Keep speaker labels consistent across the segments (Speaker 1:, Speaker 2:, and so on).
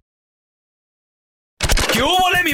Speaker 1: ¿Qué hubo, mi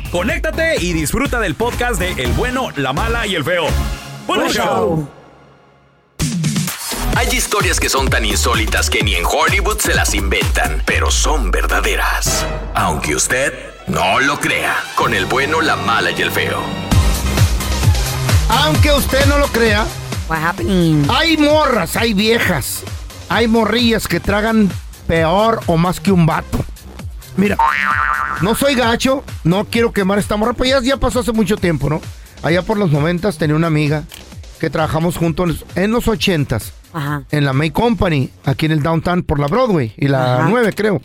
Speaker 1: conéctate y disfruta del podcast de El bueno, la mala y el feo. Bueno, show.
Speaker 2: Hay historias que son tan insólitas que ni en Hollywood se las inventan, pero son verdaderas. Aunque usted no lo crea, con el bueno, la mala y el feo.
Speaker 3: Aunque usted no lo crea,
Speaker 4: What happened?
Speaker 3: hay morras, hay viejas, hay morrillas que tragan peor o más que un vato. Mira, no soy gacho, no quiero quemar esta morra, pues ya, ya pasó hace mucho tiempo, ¿no? Allá por los noventas tenía una amiga que trabajamos juntos en los ochentas,
Speaker 4: Ajá.
Speaker 3: en la May Company, aquí en el downtown por la Broadway y la
Speaker 4: Ajá.
Speaker 3: 9, creo.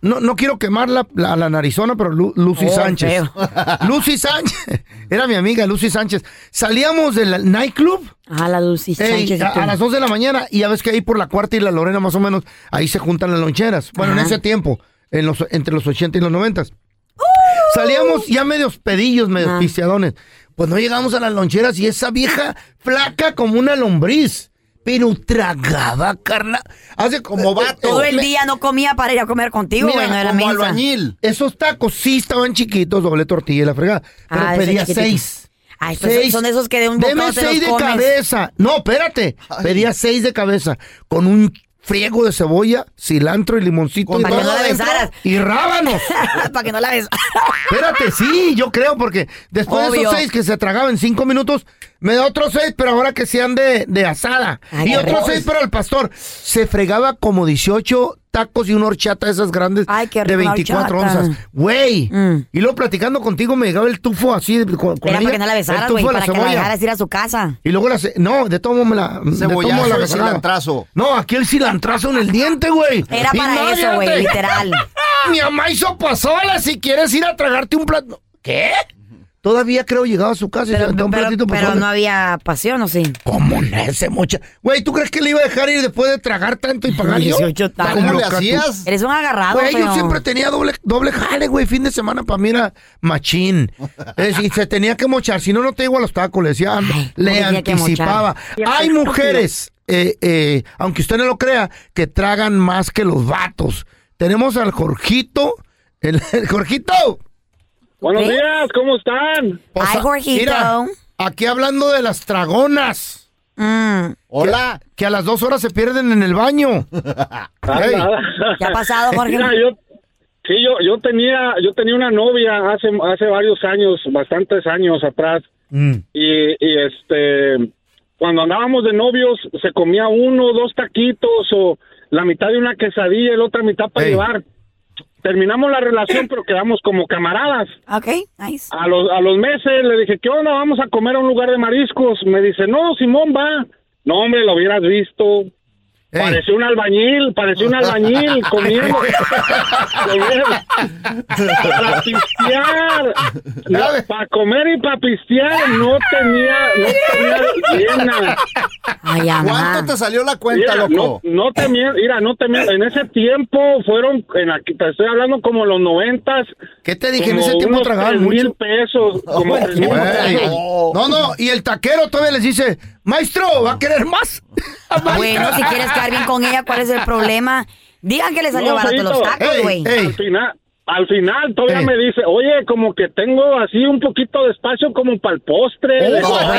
Speaker 3: No, no quiero quemar la, la- la narizona, pero Lu- Lucy
Speaker 4: Oh,
Speaker 3: Sánchez.
Speaker 4: feo.
Speaker 3: Lucy Sánchez, era mi amiga Lucy Sánchez. Salíamos del nightclub
Speaker 4: Ajá, la Lucy
Speaker 3: Ey,
Speaker 4: Sánchez.
Speaker 3: a, a las 2 de la mañana y ya ves que ahí por la cuarta y la Lorena más o menos, ahí se juntan las loncheras. Bueno, en
Speaker 4: Ajá. ¡Uh!
Speaker 3: ese tiempo, en los, entre los 80 y los 90. Salíamos ya medios pedillos, medios
Speaker 4: Ajá.
Speaker 3: pisteadones. Pues no llegamos a las loncheras y esa vieja flaca como una lombriz. Pero tragaba, Carla. Hace como vato.
Speaker 4: Todo el
Speaker 3: Me-
Speaker 4: día no comía para ir a comer contigo,
Speaker 3: Mira,
Speaker 4: güey, no era
Speaker 3: como
Speaker 4: mensa.
Speaker 3: albañil. Esos tacos sí estaban chiquitos, doble tortilla y la fregada. Pero
Speaker 4: Ah, ese
Speaker 3: pedía
Speaker 4: chiquitito.
Speaker 3: seis.
Speaker 4: Ay, pues son esos que de un
Speaker 3: Deme
Speaker 4: bocado te los
Speaker 3: seis de
Speaker 4: comes.
Speaker 3: cabeza. No, espérate. Pedía seis de cabeza. Con un friego de cebolla, cilantro y limoncito.
Speaker 4: Con
Speaker 3: y
Speaker 4: para que
Speaker 3: todo
Speaker 4: no la
Speaker 3: adentro,
Speaker 4: besaras.
Speaker 3: Y rábanos.
Speaker 4: para que no la ves.
Speaker 3: espérate, sí, yo creo, porque después de
Speaker 4: Obvio.
Speaker 3: esos seis que se tragaba en cinco minutos, me da otros seis, pero ahora que sean de, de asada.
Speaker 4: Ay,
Speaker 3: y
Speaker 4: qué
Speaker 3: otros
Speaker 4: rico.
Speaker 3: seis para el pastor. Se fregaba como 18 tacos y una horchata de esas grandes
Speaker 4: Ay, qué
Speaker 3: de
Speaker 4: rico la
Speaker 3: 24
Speaker 4: horchata.
Speaker 3: onzas. Güey.
Speaker 4: Mm.
Speaker 3: Y luego platicando contigo me llegaba el tufo así. de- Con, con
Speaker 4: Era
Speaker 3: ella,
Speaker 4: para que no la
Speaker 3: el
Speaker 4: besaras,
Speaker 3: tufo
Speaker 4: güey,
Speaker 3: de la
Speaker 4: para que la
Speaker 3: cebolla.
Speaker 4: dejaras ir a su casa.
Speaker 3: Y luego la... ce- No, de todo modo me la... de todo modo
Speaker 5: Cebollazo
Speaker 3: la
Speaker 5: y
Speaker 3: regalaba.
Speaker 5: cilantrazo.
Speaker 3: No, aquí el cilantrazo en el diente, güey.
Speaker 4: Era
Speaker 3: Y
Speaker 4: para
Speaker 3: no,
Speaker 4: eso, güey,
Speaker 3: fíjate.
Speaker 4: literal.
Speaker 3: Mi mamá hizo pasola si quieres ir a tragarte un plato...
Speaker 5: ¿Eh?
Speaker 3: ¿Qué? Todavía creo llegaba a su casa y se
Speaker 4: Pero,
Speaker 3: aventaba un
Speaker 4: pero-
Speaker 3: platito
Speaker 4: pero
Speaker 3: pasola.
Speaker 4: no había pasión, ¿o sí?
Speaker 3: ¿Cómo no ese mucha? Güey, ¿tú crees que le iba a dejar ir después de tragar tanto y pagar yo?
Speaker 4: 18 tacos.
Speaker 3: Como
Speaker 5: ¿Cómo le
Speaker 3: loca tú.
Speaker 5: hacías?
Speaker 4: Eres un agarrado,
Speaker 3: Güey, yo
Speaker 4: feo.
Speaker 3: siempre tenía doble, doble jale, güey, fin de semana para mí era machín. Es, y se tenía que mochar, si no, no te digo a los tacos, le decía,
Speaker 4: Ay,
Speaker 3: le
Speaker 4: no tenía que
Speaker 3: anticipaba. Hay mujeres, eh, eh, aunque usted no lo crea, que tragan más que los vatos. Tenemos al Jorgito, el, el Jorgito.
Speaker 6: Buenos
Speaker 4: ¿Sí?
Speaker 6: días, ¿cómo están?
Speaker 3: O
Speaker 4: Ay,
Speaker 3: sea,
Speaker 4: Jorgito.
Speaker 3: mira, aquí hablando de las tragonas,
Speaker 4: Mm,
Speaker 5: Hola.
Speaker 3: que a las dos horas se pierden en el baño.
Speaker 6: Ah,
Speaker 3: Ey.
Speaker 6: nada.
Speaker 4: ¿Qué ha pasado, Jorge?
Speaker 6: Mira, yo, sí, yo, yo tenía, yo tenía una novia hace, hace varios años, bastantes años atrás,
Speaker 3: Mm.
Speaker 6: y, y, este, cuando andábamos de novios, se comía uno, dos taquitos o la mitad de una quesadilla y la otra mitad para
Speaker 3: Ey.
Speaker 6: llevar. Terminamos la relación, pero quedamos como camaradas.
Speaker 4: Ok, nice.
Speaker 6: A los, a los meses le dije, ¿qué onda? Vamos a comer a un lugar de mariscos. Me dice, no, Simón va. No, hombre, lo hubieras visto. Pareció un albañil, pareció un albañil comiendo. Lo hubieras- para pistear. para comer y para pistear no tenía, no tenía llena.
Speaker 4: Ay,
Speaker 5: ¿Cuánto
Speaker 4: Ana.
Speaker 5: te salió la cuenta,
Speaker 6: Mira,
Speaker 5: loco?
Speaker 6: No, no te miento, mira, no te miento. En ese tiempo fueron, en aquí, te estoy hablando como los noventas.
Speaker 3: ¿Qué te dije? En
Speaker 6: como
Speaker 3: ese tiempo
Speaker 6: unos
Speaker 3: tragaban
Speaker 6: 3,000
Speaker 3: mucho.
Speaker 6: pesos. Como
Speaker 5: Güey.
Speaker 6: 3,000 pesos.
Speaker 3: No, no, y el taquero todavía les dice, maestro, ¿va a querer más?
Speaker 4: Bueno, si quieres quedar bien con ella, ¿cuál es el problema? Digan que le salió
Speaker 6: No,
Speaker 4: barato los
Speaker 6: Feito.
Speaker 4: tacos,
Speaker 3: Ey,
Speaker 4: güey.
Speaker 3: ey.
Speaker 6: Al final, al final todavía
Speaker 3: Eh.
Speaker 6: me dice, oye, como que tengo así un poquito de espacio como para el postre. Le digo,
Speaker 4: Bueno,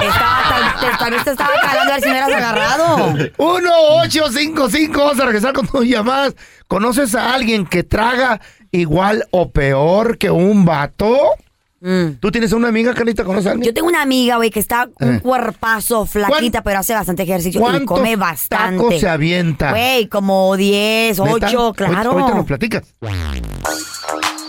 Speaker 4: estaba, tal, te- tal vez te estaba calando a ver si me hubieras agarrado.
Speaker 3: 1-855, vamos a regresar con tus llamadas. ¿Conoces a alguien que traga igual o peor que un vato?
Speaker 4: Mm.
Speaker 3: ¿Tú tienes una amiga, Carlita? ¿Conoces a
Speaker 4: Yo
Speaker 3: alguien?
Speaker 4: tengo una amiga, güey, que está un
Speaker 3: Eh.
Speaker 4: cuerpazo, flaquita, pero hace bastante ejercicio y
Speaker 3: ¿Cuántos
Speaker 4: come bastante.
Speaker 3: tacos se avienta?
Speaker 4: Güey, como 10, 8,
Speaker 3: ¿Neta? Ahorita-
Speaker 4: pues, claro.
Speaker 3: Ahorita nos platicas.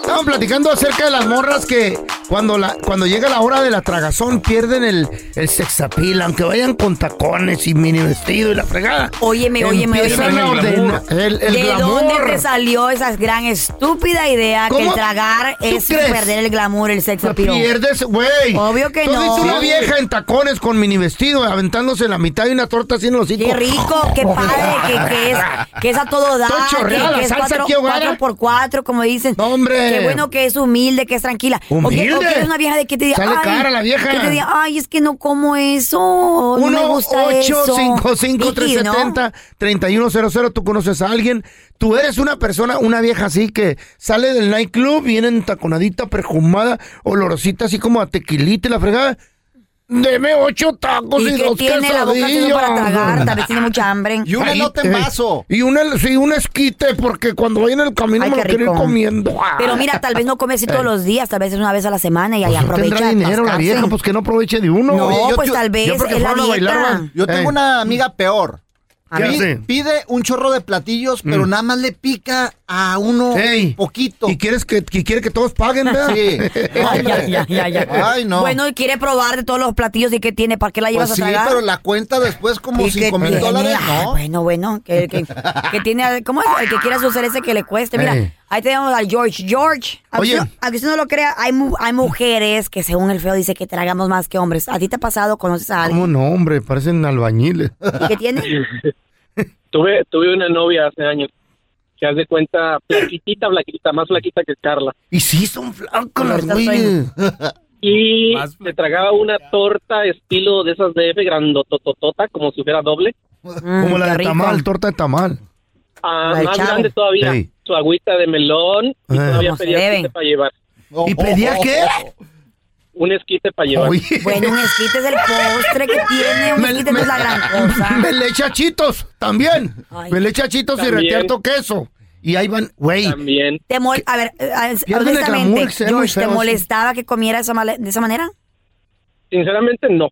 Speaker 3: Estaban platicando acerca de las morras que cuando, la, cuando llega la hora de la tragazón pierden el, el sexapil, aunque vayan con tacones y mini vestido y la fregada.
Speaker 4: Óyeme, óyeme,
Speaker 3: Empiezan
Speaker 4: óyeme.
Speaker 3: a ordenar el, el
Speaker 4: ¿De
Speaker 3: glamour.
Speaker 4: dónde te salió esa gran estúpida idea que
Speaker 3: ¿Cómo?
Speaker 4: el tragar
Speaker 3: ¿Tú
Speaker 4: es
Speaker 3: crees?
Speaker 4: perder el glamour, el sexo
Speaker 3: Lo pierdes, güey.
Speaker 4: Obvio que
Speaker 3: ¿Tú has
Speaker 4: no.
Speaker 3: visto una vieja en tacones con mini vestido aventándose la mitad de una torta así en los hocico?
Speaker 4: Qué rico, qué padre, que, que es, que es a todo dar,
Speaker 3: Todo chorreada,
Speaker 4: que, que es
Speaker 3: salsa
Speaker 4: cuatro,
Speaker 3: aquí ahogada.
Speaker 4: cuatro por cuatro, como dicen.
Speaker 3: No, hombre.
Speaker 4: Qué bueno que es humilde, que es tranquila. O que-
Speaker 3: Humilde.
Speaker 4: O que, es una vieja de que te diga,
Speaker 3: Sale
Speaker 4: ay,
Speaker 3: cara la vieja.
Speaker 4: que te diga, ay, es que no como eso, no me gusta eso.
Speaker 3: 1-855-370-3100. Tú conoces a alguien. Tú eres una persona, una vieja así que sale del nightclub, viene entaconadita, perfumada, olorosita, así como a tequilita y la fregada. Deme ocho tacos y,
Speaker 4: ¿Y que
Speaker 3: dos
Speaker 4: tiene la boca haciendo
Speaker 3: quesadillas.
Speaker 4: para tragar? Tal vez tiene mucha hambre.
Speaker 5: Y una
Speaker 3: Ahí,
Speaker 5: nota
Speaker 3: eh,
Speaker 5: en vaso.
Speaker 3: Y una, sí, un esquite, porque cuando vaya en el camino
Speaker 4: Ay,
Speaker 3: me lo
Speaker 4: qué
Speaker 3: quiero ir
Speaker 4: rico.
Speaker 3: comiendo.
Speaker 4: Pero mira, tal vez no come así todos los días, tal vez es una vez a la semana y ahí
Speaker 3: Pues no
Speaker 4: aprovecha.
Speaker 3: tendrá
Speaker 4: de
Speaker 3: dinero la
Speaker 4: atascarse.
Speaker 3: vieja, pues que no aproveche de uno.
Speaker 4: No,
Speaker 5: Oye, yo-
Speaker 4: pues
Speaker 5: yo-
Speaker 4: tal
Speaker 5: yo
Speaker 4: vez
Speaker 3: yo porque
Speaker 4: es la
Speaker 3: fueron a bailar, Eh. Ah,
Speaker 4: dieta.
Speaker 3: van.
Speaker 5: Yo tengo
Speaker 3: Ey.
Speaker 5: una amiga peor.
Speaker 4: A
Speaker 3: ¿Qué
Speaker 4: ver.
Speaker 3: hace? Mm.
Speaker 5: Pi- Pide un chorro de platillos, pero nada más le pica a uno
Speaker 3: Ey,
Speaker 5: poquito.
Speaker 3: Y quieres que, y quiere que todos paguen, ¿verdad?
Speaker 5: Sí.
Speaker 4: Ay,
Speaker 5: Hombre.
Speaker 4: ya, ya, ya, ya.
Speaker 5: Ay, no.
Speaker 4: Bueno, y quiere probar de todos los platillos y qué tiene, ¿para qué la llevas
Speaker 5: pues sí,
Speaker 4: a tragar?
Speaker 5: pero la cuenta después como
Speaker 4: ¿Y qué
Speaker 5: 5 mil
Speaker 4: tiene?
Speaker 5: dólares,
Speaker 4: Ah,
Speaker 5: ¿no?
Speaker 4: Bueno, bueno, que, que, que tiene, ¿cómo es? El que quiera hacer ese que le cueste. Mira,
Speaker 3: Ey.
Speaker 4: ahí tenemos a George. George, aunque
Speaker 3: Oye.
Speaker 4: usted no- aunque usted no lo crea, hay, mu- hay mujeres que según el feo dice que tragamos más que hombres. ¿A ti te ha pasado? ¿Conoces a alguien?
Speaker 3: ¿Cómo no, hombre? Parecen albañiles.
Speaker 4: ¿Y qué tiene?
Speaker 7: Tuve, tuve una novia hace años que haz de cuenta flaquitita, flaquita, más flaquita que Carla.
Speaker 3: Y sí, son flacos las
Speaker 4: Ahorita
Speaker 3: güeyes.
Speaker 7: Y
Speaker 1: Más
Speaker 7: se tragaba una torta estilo de esas DF grandotototota, como si fuera doble,
Speaker 4: Mm,
Speaker 3: Como la
Speaker 4: qué
Speaker 3: de
Speaker 4: rico.
Speaker 3: tamal, torta de tamal.
Speaker 7: ah,
Speaker 4: La del
Speaker 7: más
Speaker 4: Chavo.
Speaker 7: grande todavía,
Speaker 3: Ey.
Speaker 7: su agüita de melón y
Speaker 3: Eh.
Speaker 7: todavía
Speaker 4: Como se
Speaker 7: pedía
Speaker 4: debe.
Speaker 7: esquite para llevar,
Speaker 3: ¿Y pedía qué?
Speaker 7: un esquite para llevar.
Speaker 3: Oye,
Speaker 4: Bueno, un esquite es el postre que tiene, un esquite no es la gran cosa.
Speaker 3: me le echa chitos también.
Speaker 4: Ay.
Speaker 3: Me le echa chitos y
Speaker 7: También.
Speaker 3: retierto queso. Y ahí van, güey.
Speaker 7: También
Speaker 4: Te mol- a ver, eh, eh,
Speaker 3: Pierden el
Speaker 4: honestamente,
Speaker 3: glamour, que se ven muy
Speaker 4: George, ¿te
Speaker 3: feos.
Speaker 4: molestaba que comiera esa male- de esa manera?
Speaker 7: Sinceramente, no.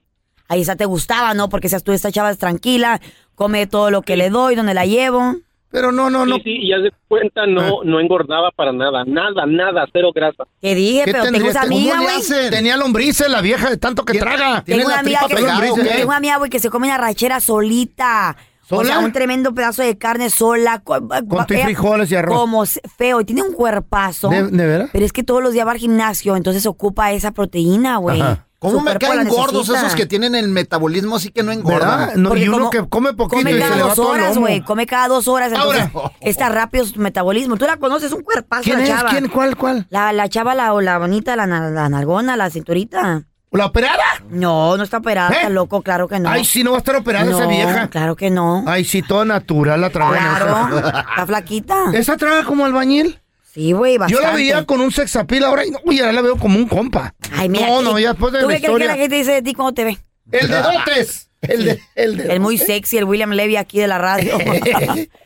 Speaker 4: Ahí esa te gustaba, ¿no? Porque seas tú esta chava es tranquila, come todo lo que le doy, donde la llevo.
Speaker 3: Pero no, no, Ah. no.
Speaker 7: Y sí, y haz de cuenta, no, no engordaba para nada. Nada, nada, cero grasa.
Speaker 4: Te dije, pero tengo
Speaker 3: tendría
Speaker 4: esa
Speaker 3: este-
Speaker 4: amiga,
Speaker 3: ¿Cómo le
Speaker 4: güey.
Speaker 3: hacen? Tenía lombrices la vieja de tanto que
Speaker 5: Tien-
Speaker 3: traga.
Speaker 5: tiene
Speaker 4: Tengo una
Speaker 5: la
Speaker 4: amiga
Speaker 5: tripa
Speaker 4: que
Speaker 3: pelada,
Speaker 4: tengo-
Speaker 3: ¿o qué?
Speaker 4: tengo una amiga, güey, que se come una rachera solita. O sea,
Speaker 3: ¿Sola?
Speaker 4: un tremendo pedazo de carne sola. Con,
Speaker 3: Con tus frijoles y arroz.
Speaker 4: Como se- feo. Y tiene un cuerpazo.
Speaker 3: ¿De- de veras?
Speaker 4: Pero es que todos los días va al gimnasio, entonces ocupa esa proteína, güey.
Speaker 3: Ajá.
Speaker 5: ¿Cómo
Speaker 4: Su
Speaker 5: me
Speaker 4: cuerpo la
Speaker 5: caen gordos
Speaker 4: necesita.
Speaker 5: esos que tienen el metabolismo así que no
Speaker 3: ¿Verdad?
Speaker 5: engordan?
Speaker 3: No, y
Speaker 4: Porque
Speaker 3: uno
Speaker 4: como-
Speaker 3: que come poquito
Speaker 4: Come
Speaker 3: y se
Speaker 4: cada
Speaker 3: le va
Speaker 4: dos
Speaker 3: todo el
Speaker 4: horas,
Speaker 3: lomo.
Speaker 4: güey. Come cada dos horas.
Speaker 3: Ahora.
Speaker 4: Entonces, está rápido su metabolismo. Tú la conoces, un cuerpazo
Speaker 3: ¿Quién
Speaker 4: la
Speaker 3: es?
Speaker 4: chava.
Speaker 3: ¿Quién? ¿Cuál? ¿Cuál?
Speaker 4: La, la chava, la, la bonita, la, na- la nalgona, la cinturita.
Speaker 3: ¿La operada?
Speaker 4: No, no está operada,
Speaker 3: ¿Eh?
Speaker 4: está loco, claro que no.
Speaker 3: Ay, sí, no va a estar operada
Speaker 4: no,
Speaker 3: esa vieja.
Speaker 4: claro que no.
Speaker 3: Ay, sí, toda natural la tragona.
Speaker 4: claro, está flaquita.
Speaker 3: esa. ¿Esa traga como albañil?
Speaker 4: Sí, güey, bastante.
Speaker 3: Yo la veía con un sexapil ahora y uy, ahora la veo como un compa.
Speaker 4: Ay, mira.
Speaker 3: no,
Speaker 4: ¿qué-
Speaker 3: no, ya después de
Speaker 4: ¿Tú
Speaker 3: la
Speaker 4: qué crees que
Speaker 3: historia.
Speaker 4: la gente dice de ti cuando te ve?
Speaker 3: El de dotes. El de, el de
Speaker 4: El muy sexy, el William Levy aquí de la radio.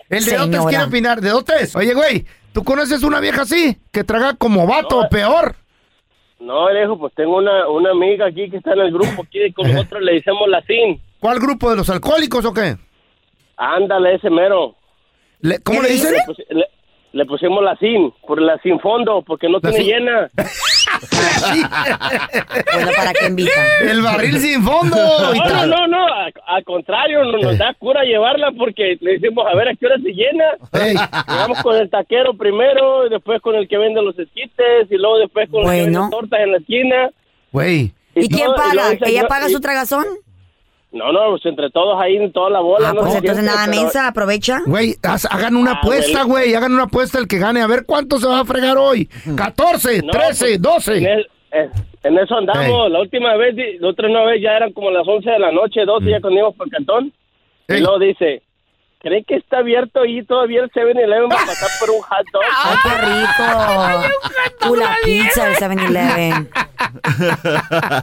Speaker 3: El de dotes
Speaker 4: Señora.
Speaker 3: quiere opinar, de dotes. Oye, güey, ¿tú conoces una vieja así? Que traga como vato o peor.
Speaker 7: No, Alejo, pues tengo una, una amiga aquí que está en el grupo aquí, con nosotros le decimos la SIN.
Speaker 3: ¿Cuál grupo de los alcohólicos o qué?
Speaker 7: Ándale, ese mero.
Speaker 3: Le- ¿Cómo
Speaker 4: ¿Qué
Speaker 3: le
Speaker 4: dice?
Speaker 3: dicen?
Speaker 7: Pues, le, Le pusimos la sin, por la sin fondo, porque no tiene llena.
Speaker 4: bueno, ¿para qué invitan?
Speaker 3: El barril sin fondo.
Speaker 7: No, no, no, no, a- al contrario, no- nos da cura llevarla porque le decimos a ver a qué hora se llena. Llegamos con el taquero primero, y después con el que vende los esquites, y luego después con el que
Speaker 4: Bueno.
Speaker 7: vende tortas en la esquina.
Speaker 3: Güey.
Speaker 4: ¿Y
Speaker 7: no,
Speaker 4: quién
Speaker 7: luego
Speaker 4: paga?
Speaker 7: dice,
Speaker 4: ¿Ella
Speaker 7: no,
Speaker 4: paga
Speaker 7: y-
Speaker 4: su tragazón?
Speaker 7: No, no, pues entre todos ahí en toda la bola.
Speaker 4: Ah,
Speaker 7: no
Speaker 4: pues
Speaker 7: sé,
Speaker 4: entonces
Speaker 7: siempre,
Speaker 4: nada,
Speaker 7: pero-
Speaker 4: mensa, aprovecha.
Speaker 3: Güey, haz- hagan una
Speaker 7: Ah,
Speaker 3: apuesta, güey. Hagan una apuesta el que gane. A ver cuánto se va a fregar hoy. 14,
Speaker 7: No,
Speaker 3: 13,
Speaker 7: pues, En,
Speaker 3: 12.
Speaker 7: el- eh, en eso andamos. La última vez, di- la otra nueva vez ya eran como las 11 de la noche, 12 ya cuando íbamos para el cantón.
Speaker 3: Ey.
Speaker 7: Y luego dice, ¿cree que está abierto ahí todavía el 7-Eleven para pasar por un hot dog?
Speaker 4: ¡Ay, qué rico! Tú la pizza del 7-Eleven.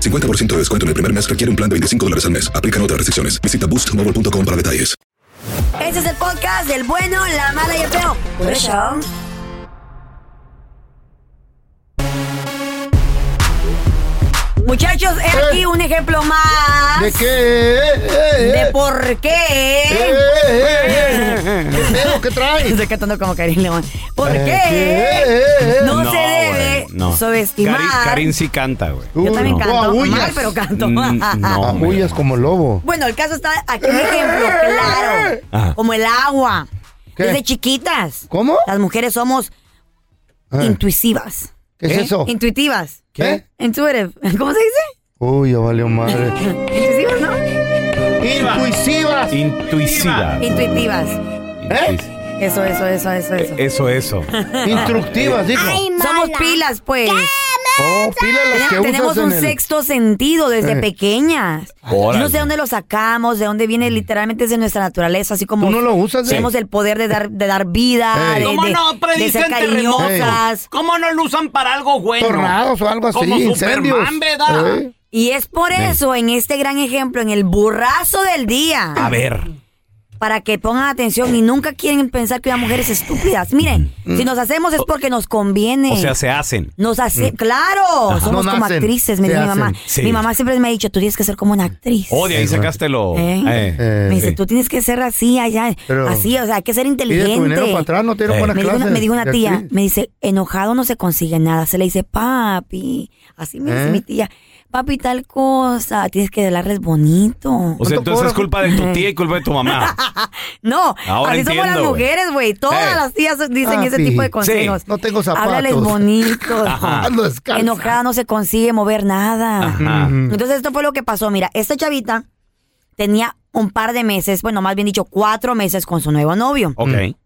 Speaker 8: 50% de descuento en el primer mes requiere un plan de 25 dólares al mes. Aplican otras restricciones. Visita boostmobile.com para detalles.
Speaker 4: Este es el podcast del bueno, la mala y el feo. Por eso. Muchachos, he
Speaker 3: Eh.
Speaker 4: aquí un ejemplo más
Speaker 3: ¿De qué?
Speaker 4: de por qué. Eh.
Speaker 3: ¿Qué Eh. que trae? Eh.
Speaker 4: Estoy cantando como Karim León. ¿Por qué?
Speaker 3: ¿Qué?
Speaker 4: No, se
Speaker 1: güey,
Speaker 4: debe
Speaker 1: eh, no.
Speaker 4: subestimar.
Speaker 1: Karin, Karin sí canta, güey.
Speaker 4: Yo también
Speaker 3: No.
Speaker 4: canto.
Speaker 3: No, huyas.
Speaker 4: mal, pero canto.
Speaker 1: Mm, no, hombre.
Speaker 3: Huyas Ah, como lobo.
Speaker 4: Bueno, el caso está aquí un ejemplo claro.
Speaker 1: Ajá.
Speaker 4: Como el agua.
Speaker 3: ¿Qué?
Speaker 4: Desde chiquitas.
Speaker 3: ¿Cómo?
Speaker 4: Las mujeres somos intuitivas.
Speaker 3: ¿Qué es eso?
Speaker 4: Intuitivas. ¿Eh?
Speaker 3: ¿Qué?
Speaker 4: Intuitive. ¿Cómo se dice?
Speaker 3: Uy, ya valió madre.
Speaker 4: Intuitivas, ¿no?
Speaker 3: Intuisivas.
Speaker 1: Intuicida.
Speaker 4: Intuitivas.
Speaker 1: Intuic-
Speaker 4: Eso, eso, eso, eso, eso.
Speaker 1: Eso, eso.
Speaker 3: Instructivas, Eh, dijo.
Speaker 4: Somos pilas, pues.
Speaker 3: Oh, pilas las que
Speaker 4: Tenemos-
Speaker 3: usas
Speaker 4: Tenemos
Speaker 3: en
Speaker 4: un
Speaker 3: el...
Speaker 4: sexto sentido desde
Speaker 3: Eh.
Speaker 4: pequeñas.
Speaker 1: Órale.
Speaker 4: Yo no sé dónde lo sacamos, de dónde viene literalmente es de nuestra naturaleza, así como
Speaker 3: ¿Tú no lo usas, eh?
Speaker 4: tenemos el poder de dar, de dar vida,
Speaker 3: Ey.
Speaker 4: de,
Speaker 3: ¿Cómo
Speaker 4: de- de ser cariñosas.
Speaker 1: ¿Cómo no lo usan para algo bueno?
Speaker 3: Tornados o algo así, incendios. ¿Eh?
Speaker 4: Y es por eso, en este gran ejemplo, en el burrazo del día,
Speaker 1: A ver.
Speaker 4: para que pongan atención y nunca quieren pensar que una mujer es estúpidas. Miren,
Speaker 3: Mm.
Speaker 4: si nos hacemos es porque nos conviene.
Speaker 1: O sea, se hacen. Mm.
Speaker 4: Nos hace, claro, somos
Speaker 3: Mm. No
Speaker 4: como
Speaker 3: nacen,
Speaker 4: actrices,
Speaker 3: se
Speaker 4: me dice mi
Speaker 3: hacen.
Speaker 4: mamá.
Speaker 1: Sí.
Speaker 4: Mi mamá siempre me ha dicho, tú tienes que ser como una actriz.
Speaker 1: Oh, de ahí sacaste lo.
Speaker 4: ¿Eh?
Speaker 1: Eh.
Speaker 3: Eh,
Speaker 4: me dice,
Speaker 3: sí.
Speaker 4: tú tienes que ser así, allá,
Speaker 3: Pero-
Speaker 4: así, o sea, hay que ser
Speaker 3: Pide tu dinero
Speaker 4: inteligente.
Speaker 3: para atrás, no te dieron
Speaker 1: Eh.
Speaker 3: buenas
Speaker 4: Me dijo,
Speaker 3: clases.
Speaker 4: una, me dijo una
Speaker 3: de
Speaker 4: tía,
Speaker 3: actriz.
Speaker 4: me dice, enojado no se consigue nada. Se le dice, papi, así me dice
Speaker 3: ¿Eh?
Speaker 4: mi tía, papi, tal cosa, tienes que hablarles bonito.
Speaker 1: O sea,
Speaker 3: ¿Cuánto
Speaker 1: entonces es
Speaker 3: cobra?
Speaker 1: culpa de
Speaker 4: Eh.
Speaker 1: tu tía y culpa de tu mamá.
Speaker 4: No,
Speaker 1: Ahora
Speaker 4: así somos
Speaker 1: entiendo,
Speaker 4: las
Speaker 1: güey.
Speaker 4: mujeres, güey. Todas
Speaker 1: Eh.
Speaker 4: las tías dicen ese
Speaker 3: Papi,
Speaker 4: tipo de consejos.
Speaker 3: Ah, no tengo zapatos.
Speaker 4: Háblales bonito.
Speaker 3: Ando descalza.
Speaker 4: Enojada no se consigue mover nada.
Speaker 1: Ajá.
Speaker 4: Entonces esto fue lo que pasó. Mira, esta chavita tenía un par de meses, bueno, más bien dicho, cuatro meses con su nuevo novio.
Speaker 1: Ok.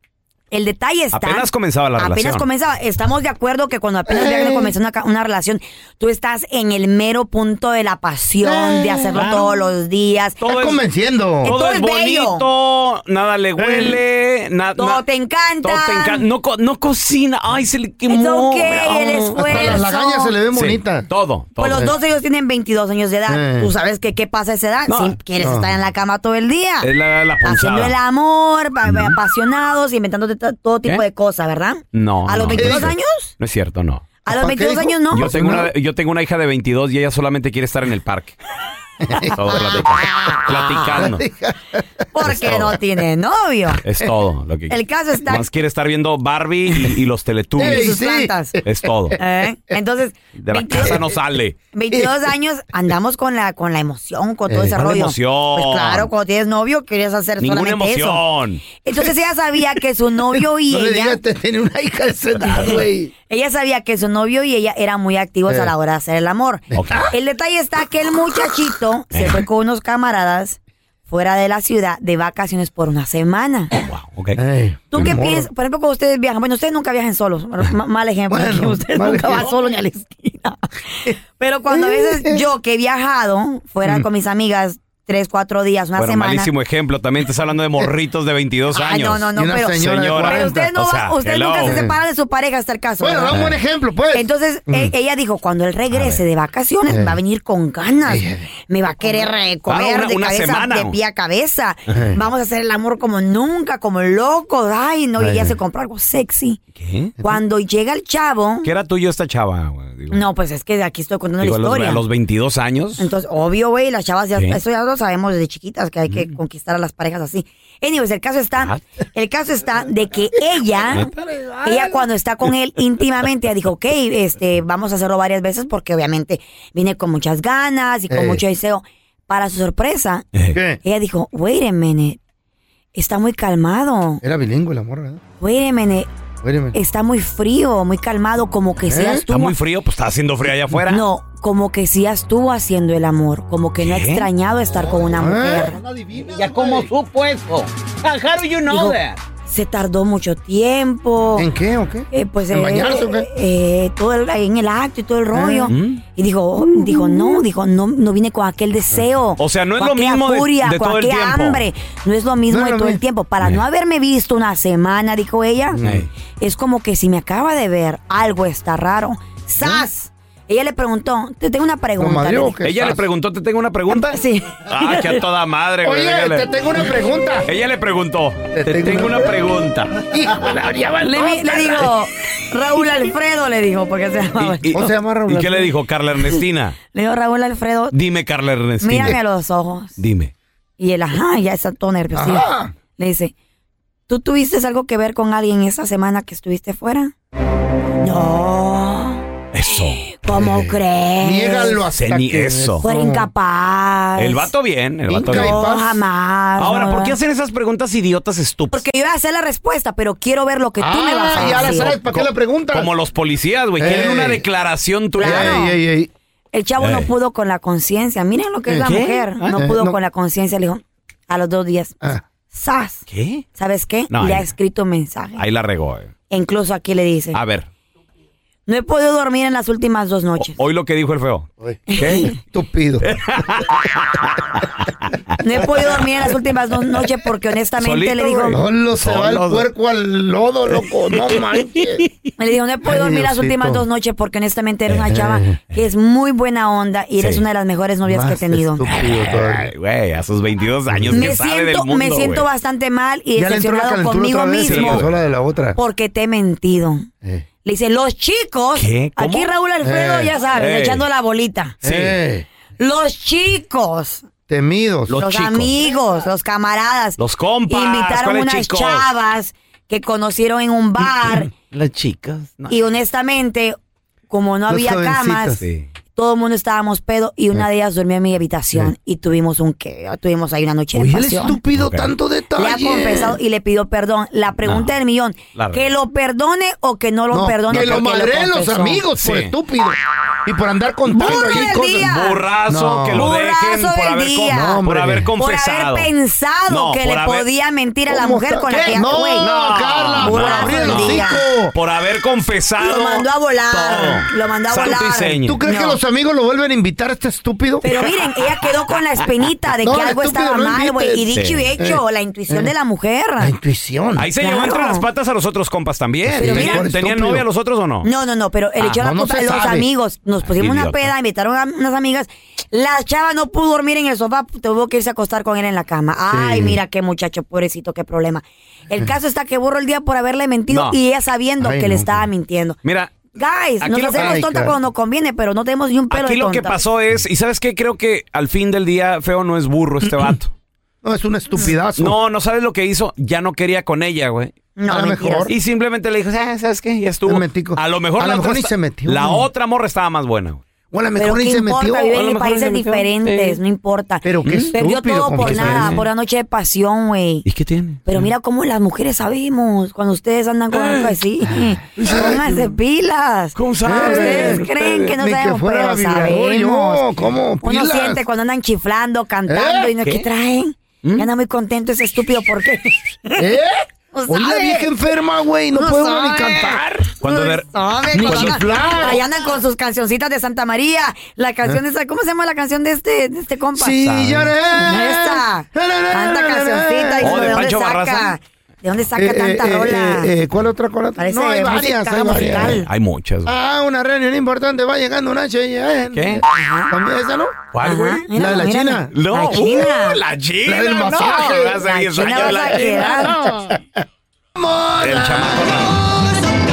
Speaker 4: El detalle está.
Speaker 1: Oh. Apenas comenzaba la
Speaker 4: apenas
Speaker 1: relación.
Speaker 4: comenzaba. Estamos de acuerdo que cuando apenas viene comenzó una, ca- una relación, tú estás en el mero punto de la pasión, de hacerlo
Speaker 1: claro.
Speaker 4: todos los días.
Speaker 1: Todo
Speaker 3: Está
Speaker 1: es-
Speaker 3: convenciendo. Eh.
Speaker 4: Todo
Speaker 1: Todo es
Speaker 4: es bello.
Speaker 1: bonito, nada le huele, na-
Speaker 4: Todo
Speaker 1: na-
Speaker 4: te encanta.
Speaker 1: todo te encanta. No, co- no cocina, ay, se le
Speaker 4: It's
Speaker 1: quemó.
Speaker 4: okay, el
Speaker 1: Ah.
Speaker 4: esfuerzo.
Speaker 3: Hasta las lagañas se le ven
Speaker 1: Sí,
Speaker 3: bonitas.
Speaker 1: Todo, todo.
Speaker 4: Pues los dos de ellos tienen 22 años de edad.
Speaker 3: Eh.
Speaker 4: Tú sabes que qué pasa a esa edad.
Speaker 1: No.
Speaker 4: si quieres
Speaker 3: No.
Speaker 4: estar en la cama todo el día.
Speaker 1: Es la, la
Speaker 4: Haciendo
Speaker 1: punzada.
Speaker 4: el amor, pa- apasionados, inventándote t- todo tipo
Speaker 1: ¿Qué?
Speaker 4: de cosas, ¿verdad?
Speaker 1: No,
Speaker 4: ¿A los
Speaker 1: no,
Speaker 4: 22
Speaker 1: no.
Speaker 4: años?
Speaker 1: No es cierto, no.
Speaker 4: A los 22 años no.
Speaker 1: Yo tengo, una, yo tengo una hija de 22 y ella solamente quiere estar en el parque. Todo, platica- platicando.
Speaker 4: Ah, Porque no tiene novio.
Speaker 1: Es todo lo que
Speaker 4: El caso está
Speaker 1: Más quiere estar viendo Barbie y, y los Teletubbies.
Speaker 4: en sus plantas.
Speaker 1: Es todo.
Speaker 4: ¿Eh? Entonces,
Speaker 1: De la casa no sale.
Speaker 4: 22 años andamos con la con la emoción, con todo
Speaker 1: Eh,
Speaker 4: ese
Speaker 1: ¿cuál
Speaker 4: rollo.
Speaker 1: emoción?
Speaker 4: Pues claro, cuando tienes novio querías hacer
Speaker 1: Ninguna
Speaker 4: solamente eso.
Speaker 1: emoción.
Speaker 4: Entonces ella sabía que su novio y
Speaker 3: No le
Speaker 4: ella
Speaker 3: digas, te tiene una hija de esa edad, güey.
Speaker 4: Ella sabía que su novio y ella eran muy activos
Speaker 3: Eh.
Speaker 4: a la hora de hacer el amor.
Speaker 3: Ok.
Speaker 4: El detalle está que el muchachito se fue con unos camaradas fuera de la ciudad de vacaciones por una semana. ¿Tú qué piensas? Por ejemplo, cuando ustedes viajan, bueno, ustedes nunca viajan solos. Ma- mal ejemplo. aquí, ustedes
Speaker 9: mal
Speaker 4: nunca van
Speaker 9: ejemplo.
Speaker 4: solos ni a la esquina. Pero cuando a veces yo que he viajado fuera con mis amigas tres, cuatro días, una
Speaker 1: bueno,
Speaker 4: semana.
Speaker 1: malísimo ejemplo. También estás hablando de morritos de 22
Speaker 4: Ay,
Speaker 1: años.
Speaker 4: Ah, no, no, no, pero, pero ustedes, no
Speaker 1: O
Speaker 4: va-
Speaker 1: sea,
Speaker 4: ustedes
Speaker 1: hello. eh.
Speaker 4: nunca se separan de su pareja hasta el caso.
Speaker 1: Bueno, da un buen
Speaker 3: ejemplo, pues.
Speaker 4: Entonces, e- ella dijo, cuando él regrese de vacaciones,
Speaker 1: Eh.
Speaker 4: va a venir con ganas. Me va a querer eh, comer
Speaker 1: una-
Speaker 4: de
Speaker 1: una
Speaker 4: cabeza,
Speaker 1: semana,
Speaker 4: de
Speaker 1: ¿no?
Speaker 4: pie a cabeza.
Speaker 1: Eh.
Speaker 4: Vamos a hacer el amor como nunca, como locos. Ay, no, y
Speaker 1: Ay,
Speaker 4: ella
Speaker 1: ay.
Speaker 4: se compró algo sexy.
Speaker 1: ¿Qué?
Speaker 4: Cuando llega el chavo,
Speaker 1: ¿Qué era tuyo esta chava? güey? Digo,
Speaker 4: no, pues es que aquí estoy contando
Speaker 1: digo, a
Speaker 4: la
Speaker 1: los-
Speaker 4: historia.
Speaker 1: a los 22 años.
Speaker 4: Entonces, obvio, güey, las chavas, ya,
Speaker 1: Sí. Mm.
Speaker 4: eso ya lo sabemos desde chiquitas, que hay que conquistar a las parejas así. Anyways, el caso está, el caso está de que ella, ella cuando está con él íntimamente, ella dijo, ok, este, vamos a hacerlo varias veces porque obviamente viene con muchas ganas y con
Speaker 9: Ey.
Speaker 4: mucho deseo. Para su sorpresa,
Speaker 3: ¿Qué?
Speaker 4: ella dijo, wait a minute, está muy calmado.
Speaker 3: Era bilingüe la morra, ¿verdad?
Speaker 4: Wait a minute,
Speaker 3: Espérame.
Speaker 4: está muy frío, muy calmado, como que
Speaker 1: ¿Eh?
Speaker 4: seas
Speaker 1: Está muy frío, pues está haciendo frío allá afuera.
Speaker 4: no, como que sí ya estuvo haciendo el amor, como que no ha
Speaker 1: ¿Qué? Ah.
Speaker 4: extrañado estar con una mujer.
Speaker 9: Ya ¿Eh? como supo eso. How do you know
Speaker 4: Dijo,
Speaker 9: that?
Speaker 4: se tardó mucho tiempo.
Speaker 3: ¿En qué o qué?
Speaker 4: pues
Speaker 9: ¿En
Speaker 4: eh,
Speaker 9: bañarse o qué?
Speaker 4: eh, todo el- en el acto y todo el rollo.
Speaker 1: ¿Mm?
Speaker 4: Y dijo, "Oh", dijo, no, dijo, no, no vine con aquel deseo.
Speaker 1: Mm. O sea, no es
Speaker 4: con
Speaker 1: lo
Speaker 4: aquella
Speaker 1: mismo de-
Speaker 4: furia,
Speaker 1: de
Speaker 4: con
Speaker 1: todo el
Speaker 4: aquella
Speaker 1: tiempo.
Speaker 4: hambre. No es lo mismo
Speaker 1: No es
Speaker 4: de
Speaker 1: lo
Speaker 4: todo el
Speaker 1: mismo. Eh.
Speaker 4: tiempo. Para no haberme visto una semana, dijo ella,
Speaker 1: Ey.
Speaker 4: es como que si me acaba de ver, algo está raro.
Speaker 1: ¿Eh?
Speaker 4: ¡Sas! Ella le preguntó, te tengo una pregunta. le dijo.
Speaker 1: Ella le preguntó, ¿te tengo una pregunta?
Speaker 4: Sí.
Speaker 1: Ah, que a toda madre, güey.
Speaker 4: Oye,
Speaker 1: déjale.
Speaker 4: te tengo una pregunta.
Speaker 1: Ella le preguntó, te, tengo, una pregunta.
Speaker 4: Le, vi- le digo, Raúl Alfredo le dijo, porque se llamaba.
Speaker 1: ¿Y qué le dijo Carla Ernestina?
Speaker 4: Le digo, Raúl Alfredo,
Speaker 1: Dime, Carla Ernestina.
Speaker 4: mírame a los ojos.
Speaker 1: Dime.
Speaker 4: Y él, ajá, ya está todo nervioso.
Speaker 1: Ajá.
Speaker 4: Le dice, ¿tú tuviste algo que ver con alguien esa semana que estuviste fuera? No.
Speaker 1: Eso.
Speaker 4: ¿Cómo crees?
Speaker 1: Niégalo hasta Eh, Sé ni que- eso.
Speaker 4: Fuera incapaz.
Speaker 1: El vato bien, el vato bien.
Speaker 4: No, jamás.
Speaker 1: Ahora,
Speaker 4: no,
Speaker 1: ¿por qué
Speaker 4: no.
Speaker 1: hacen esas preguntas idiotas estúpidas?
Speaker 4: Porque yo voy a hacer la respuesta, pero quiero ver lo que
Speaker 1: Ah,
Speaker 4: tú me vas a decir.
Speaker 1: la pregunta? Como los policías, güey. Quieren
Speaker 3: Ey.
Speaker 1: una declaración tuya.
Speaker 4: Claro. El chavo no
Speaker 1: Ey.
Speaker 4: pudo con la conciencia. Miren lo que es la
Speaker 1: ¿Qué?
Speaker 4: mujer.
Speaker 1: Ah,
Speaker 4: No
Speaker 1: eh,
Speaker 4: pudo
Speaker 1: no. Ah.
Speaker 4: con la conciencia. Le dijo, a los dos días, ¡zas!
Speaker 1: ¿Qué?
Speaker 4: ¿Sabes qué?
Speaker 1: No,
Speaker 4: le ha
Speaker 1: ahí-
Speaker 4: escrito un mensaje.
Speaker 1: Ahí la regó. eh.
Speaker 4: E incluso aquí le dice,
Speaker 1: A ver,
Speaker 4: no he podido dormir en las últimas dos noches.
Speaker 1: hoy lo que dijo el feo. ¿Qué?
Speaker 3: Estúpido.
Speaker 4: No he podido dormir en las últimas dos noches porque honestamente
Speaker 3: Solito,
Speaker 4: le dijo...
Speaker 3: güey. Solo se va el puerco al lodo, loco. No manches.
Speaker 4: Me le dijo, no he podido
Speaker 3: Ay,
Speaker 4: dormir las
Speaker 3: Diosito.
Speaker 4: últimas dos noches porque honestamente eres una
Speaker 1: Eh.
Speaker 4: chava que es muy buena onda y eres
Speaker 1: Sí.
Speaker 4: una de las mejores novias que he tenido.
Speaker 1: Ay, güey, a sus 22 años
Speaker 4: Me
Speaker 1: que sabe del
Speaker 4: siento,
Speaker 1: mundo,
Speaker 4: me siento
Speaker 1: güey?
Speaker 4: bastante mal y
Speaker 3: Ya le entró la
Speaker 4: decepcionado
Speaker 3: calentura
Speaker 4: conmigo
Speaker 3: otra vez.
Speaker 4: mismo.
Speaker 3: Se le pasó la de la otra.
Speaker 4: porque te he mentido.
Speaker 3: Eh.
Speaker 4: Le dice, los chicos,
Speaker 3: ¿Qué? ¿Cómo?
Speaker 4: aquí Raúl Alfredo,
Speaker 3: Eh.
Speaker 4: ya sabes,
Speaker 3: Ey.
Speaker 4: echando la bolita.
Speaker 3: Eh,
Speaker 4: Los chicos,
Speaker 3: temidos.
Speaker 4: los, amigos, los camaradas,
Speaker 3: Los compas,
Speaker 4: invitaron
Speaker 3: ¿cuáles
Speaker 4: unas
Speaker 3: chicos?
Speaker 4: chavas que conocieron en un bar
Speaker 9: Las chicas.
Speaker 4: y honestamente, como no
Speaker 9: Los
Speaker 4: había
Speaker 9: jovencitos.
Speaker 4: camas,
Speaker 9: Sí.
Speaker 4: todo el mundo estábamos pedo y una de ellas durmió en mi habitación y tuvimos un que tuvimos ahí una noche de
Speaker 3: Oye, el
Speaker 4: pasión.
Speaker 3: estúpido tanto
Speaker 4: Le ha
Speaker 3: detalle.
Speaker 4: confesado y le pidió perdón. La pregunta
Speaker 3: No.
Speaker 4: del millón,
Speaker 3: La
Speaker 4: que lo perdone o que no lo
Speaker 3: No,
Speaker 4: perdone.
Speaker 3: que lo
Speaker 4: porque
Speaker 3: madreen los
Speaker 4: confesó.
Speaker 3: amigos por
Speaker 1: Sí.
Speaker 3: estúpido. Y por andar contando
Speaker 4: Burro del día.
Speaker 1: Burrazo, que lo dejen por
Speaker 4: del
Speaker 1: haber con-
Speaker 4: día.
Speaker 1: no, por haber
Speaker 4: Por haber
Speaker 1: confesado.
Speaker 4: pensado
Speaker 1: No,
Speaker 4: que
Speaker 1: por
Speaker 4: le
Speaker 1: haber-
Speaker 4: podía mentir a la
Speaker 1: ¿Cómo
Speaker 4: mujer
Speaker 1: está?
Speaker 4: con la
Speaker 1: ¿Qué?
Speaker 4: que
Speaker 1: No,
Speaker 4: güey,
Speaker 1: no, Carla, por
Speaker 4: burrazo
Speaker 1: abrir
Speaker 4: del
Speaker 1: el
Speaker 4: día.
Speaker 1: Por haber confesado.
Speaker 4: Lo mandó a volar.
Speaker 1: todo.
Speaker 4: Lo mandó a
Speaker 1: Santo y
Speaker 4: volar.
Speaker 1: seña.
Speaker 3: ¿Tú crees que los amigos lo vuelven a invitar a este estúpido?
Speaker 4: Pero miren, ella quedó con la espinita de
Speaker 3: No,
Speaker 4: que algo
Speaker 3: estúpido,
Speaker 4: estaba
Speaker 3: no
Speaker 4: mal, güey. Y
Speaker 1: invites.
Speaker 4: dicho y
Speaker 1: Sí.
Speaker 4: hecho,
Speaker 1: Eh,
Speaker 4: la intuición
Speaker 1: eh.
Speaker 4: de la mujer.
Speaker 3: Intuición. Pues
Speaker 1: Ahí se llevó
Speaker 4: Claro.
Speaker 1: entre las patas a los otros compas también.
Speaker 4: Pero
Speaker 1: ¿Tenían,
Speaker 4: mira-
Speaker 1: ¿tenían
Speaker 4: Estúpido.
Speaker 1: novia los otros o no?
Speaker 4: No, no, no, pero él
Speaker 1: Ah,
Speaker 4: echó la
Speaker 1: no, no
Speaker 4: culpa
Speaker 1: se
Speaker 4: a los
Speaker 1: sabe.
Speaker 4: amigos. Nos pusimos una
Speaker 1: idiota.
Speaker 4: peda, invitaron a unas amigas. La chava no pudo dormir en el sofá, tuvo que irse a acostar con él en la cama. Ay,
Speaker 9: Sí.
Speaker 4: mira qué muchacho, pobrecito, qué problema. El caso está que borro el día por haberle mentido
Speaker 1: Eh. No.
Speaker 4: y ella sabiendo
Speaker 1: Ay,
Speaker 4: que le
Speaker 1: no,
Speaker 4: estaba mintiendo.
Speaker 1: Mira,
Speaker 4: Guys,
Speaker 1: Aquí
Speaker 4: nos
Speaker 1: lo-
Speaker 4: hacemos
Speaker 1: Ay,
Speaker 4: tonta
Speaker 1: claro.
Speaker 4: cuando nos conviene, pero no tenemos ni un pelo
Speaker 1: Aquí
Speaker 4: de
Speaker 1: lo
Speaker 4: tonta.
Speaker 1: que pasó es, y ¿sabes qué? Creo que al fin del día, Feo no es burro este vato.
Speaker 3: No, es un estupidazo.
Speaker 1: No, no sabes lo que hizo. Ya no quería con ella, güey.
Speaker 3: No, A lo mentiras. mejor.
Speaker 1: Y simplemente le dijo, "Ah, ¿sabes qué? Ya estuvo. A lo mejor,
Speaker 3: A
Speaker 1: la
Speaker 3: lo mejor
Speaker 1: otra
Speaker 3: ni
Speaker 1: esta-
Speaker 3: se metió.
Speaker 1: La otra morra estaba más buena, güey.
Speaker 3: O a lo
Speaker 4: Pero
Speaker 3: mejor ni
Speaker 4: qué
Speaker 3: se
Speaker 4: importa,
Speaker 3: metió.
Speaker 4: viven
Speaker 3: A lo
Speaker 4: en
Speaker 3: mejor ni
Speaker 4: países
Speaker 3: se metió.
Speaker 4: diferentes, no importa.
Speaker 3: Pero qué
Speaker 4: Perdió
Speaker 3: estúpido,
Speaker 4: todo
Speaker 3: como
Speaker 4: por
Speaker 3: que se
Speaker 4: nada,
Speaker 3: dice.
Speaker 4: por una noche de pasión, güey.
Speaker 1: ¿Y qué tiene?
Speaker 4: Pero mira cómo las mujeres sabemos cuando ustedes andan con algo así. Pónganse pilas.
Speaker 1: ¿Cómo
Speaker 3: saben?
Speaker 4: Ustedes creen que no
Speaker 3: Ni que
Speaker 4: sabemos,
Speaker 3: fuera
Speaker 4: pero
Speaker 3: vibrador,
Speaker 4: sabemos.
Speaker 3: yo, ¿cómo?
Speaker 4: Uno
Speaker 3: Pilas.
Speaker 4: siente cuando andan chiflando, cantando
Speaker 3: ¿Eh?
Speaker 4: y no ¿qué,
Speaker 3: ¿Qué?
Speaker 4: traen? Ya anda muy contento ese estúpido, ¿por qué?
Speaker 3: ¿Mm? ¿Eh? Hoy la vieja enferma, güey, no puede uno ni cantar.
Speaker 1: Cuando de-
Speaker 4: Sabe,
Speaker 3: Ni
Speaker 4: cuando
Speaker 3: chiflar.
Speaker 4: Ahí andan con sus cancioncitas de Santa María. La canción de esa, ¿cómo se llama la canción de este, de este compa?
Speaker 3: Sí,
Speaker 4: Sabe.
Speaker 3: lloré.
Speaker 4: Esta. Tanta cancioncita. Y
Speaker 3: Oh,
Speaker 4: ¿De,
Speaker 3: de
Speaker 4: dónde
Speaker 3: Pancho
Speaker 4: saca?
Speaker 3: Barraza.
Speaker 4: ¿De dónde saca
Speaker 3: Eh,
Speaker 4: tanta
Speaker 3: eh,
Speaker 4: rola?
Speaker 3: eh, eh, ¿Cuál otra, cuál otra?
Speaker 4: Parece
Speaker 3: no, hay
Speaker 4: música
Speaker 3: varias, hay varias.
Speaker 4: musical.
Speaker 1: Hay muchas, güey.
Speaker 3: Ah, una reunión importante, va llegando una Cheyenne.
Speaker 1: ¿Qué?
Speaker 3: ¿También esa, no?
Speaker 1: ¿Cuál, güey?
Speaker 3: ¿La de la China?
Speaker 1: No,
Speaker 3: La
Speaker 1: la
Speaker 3: China.
Speaker 1: China. la China.
Speaker 3: La del
Speaker 1: no,
Speaker 3: masaje.
Speaker 1: hace
Speaker 3: La
Speaker 1: 10
Speaker 3: China
Speaker 1: años,
Speaker 3: vas a
Speaker 1: la China. El chamaco.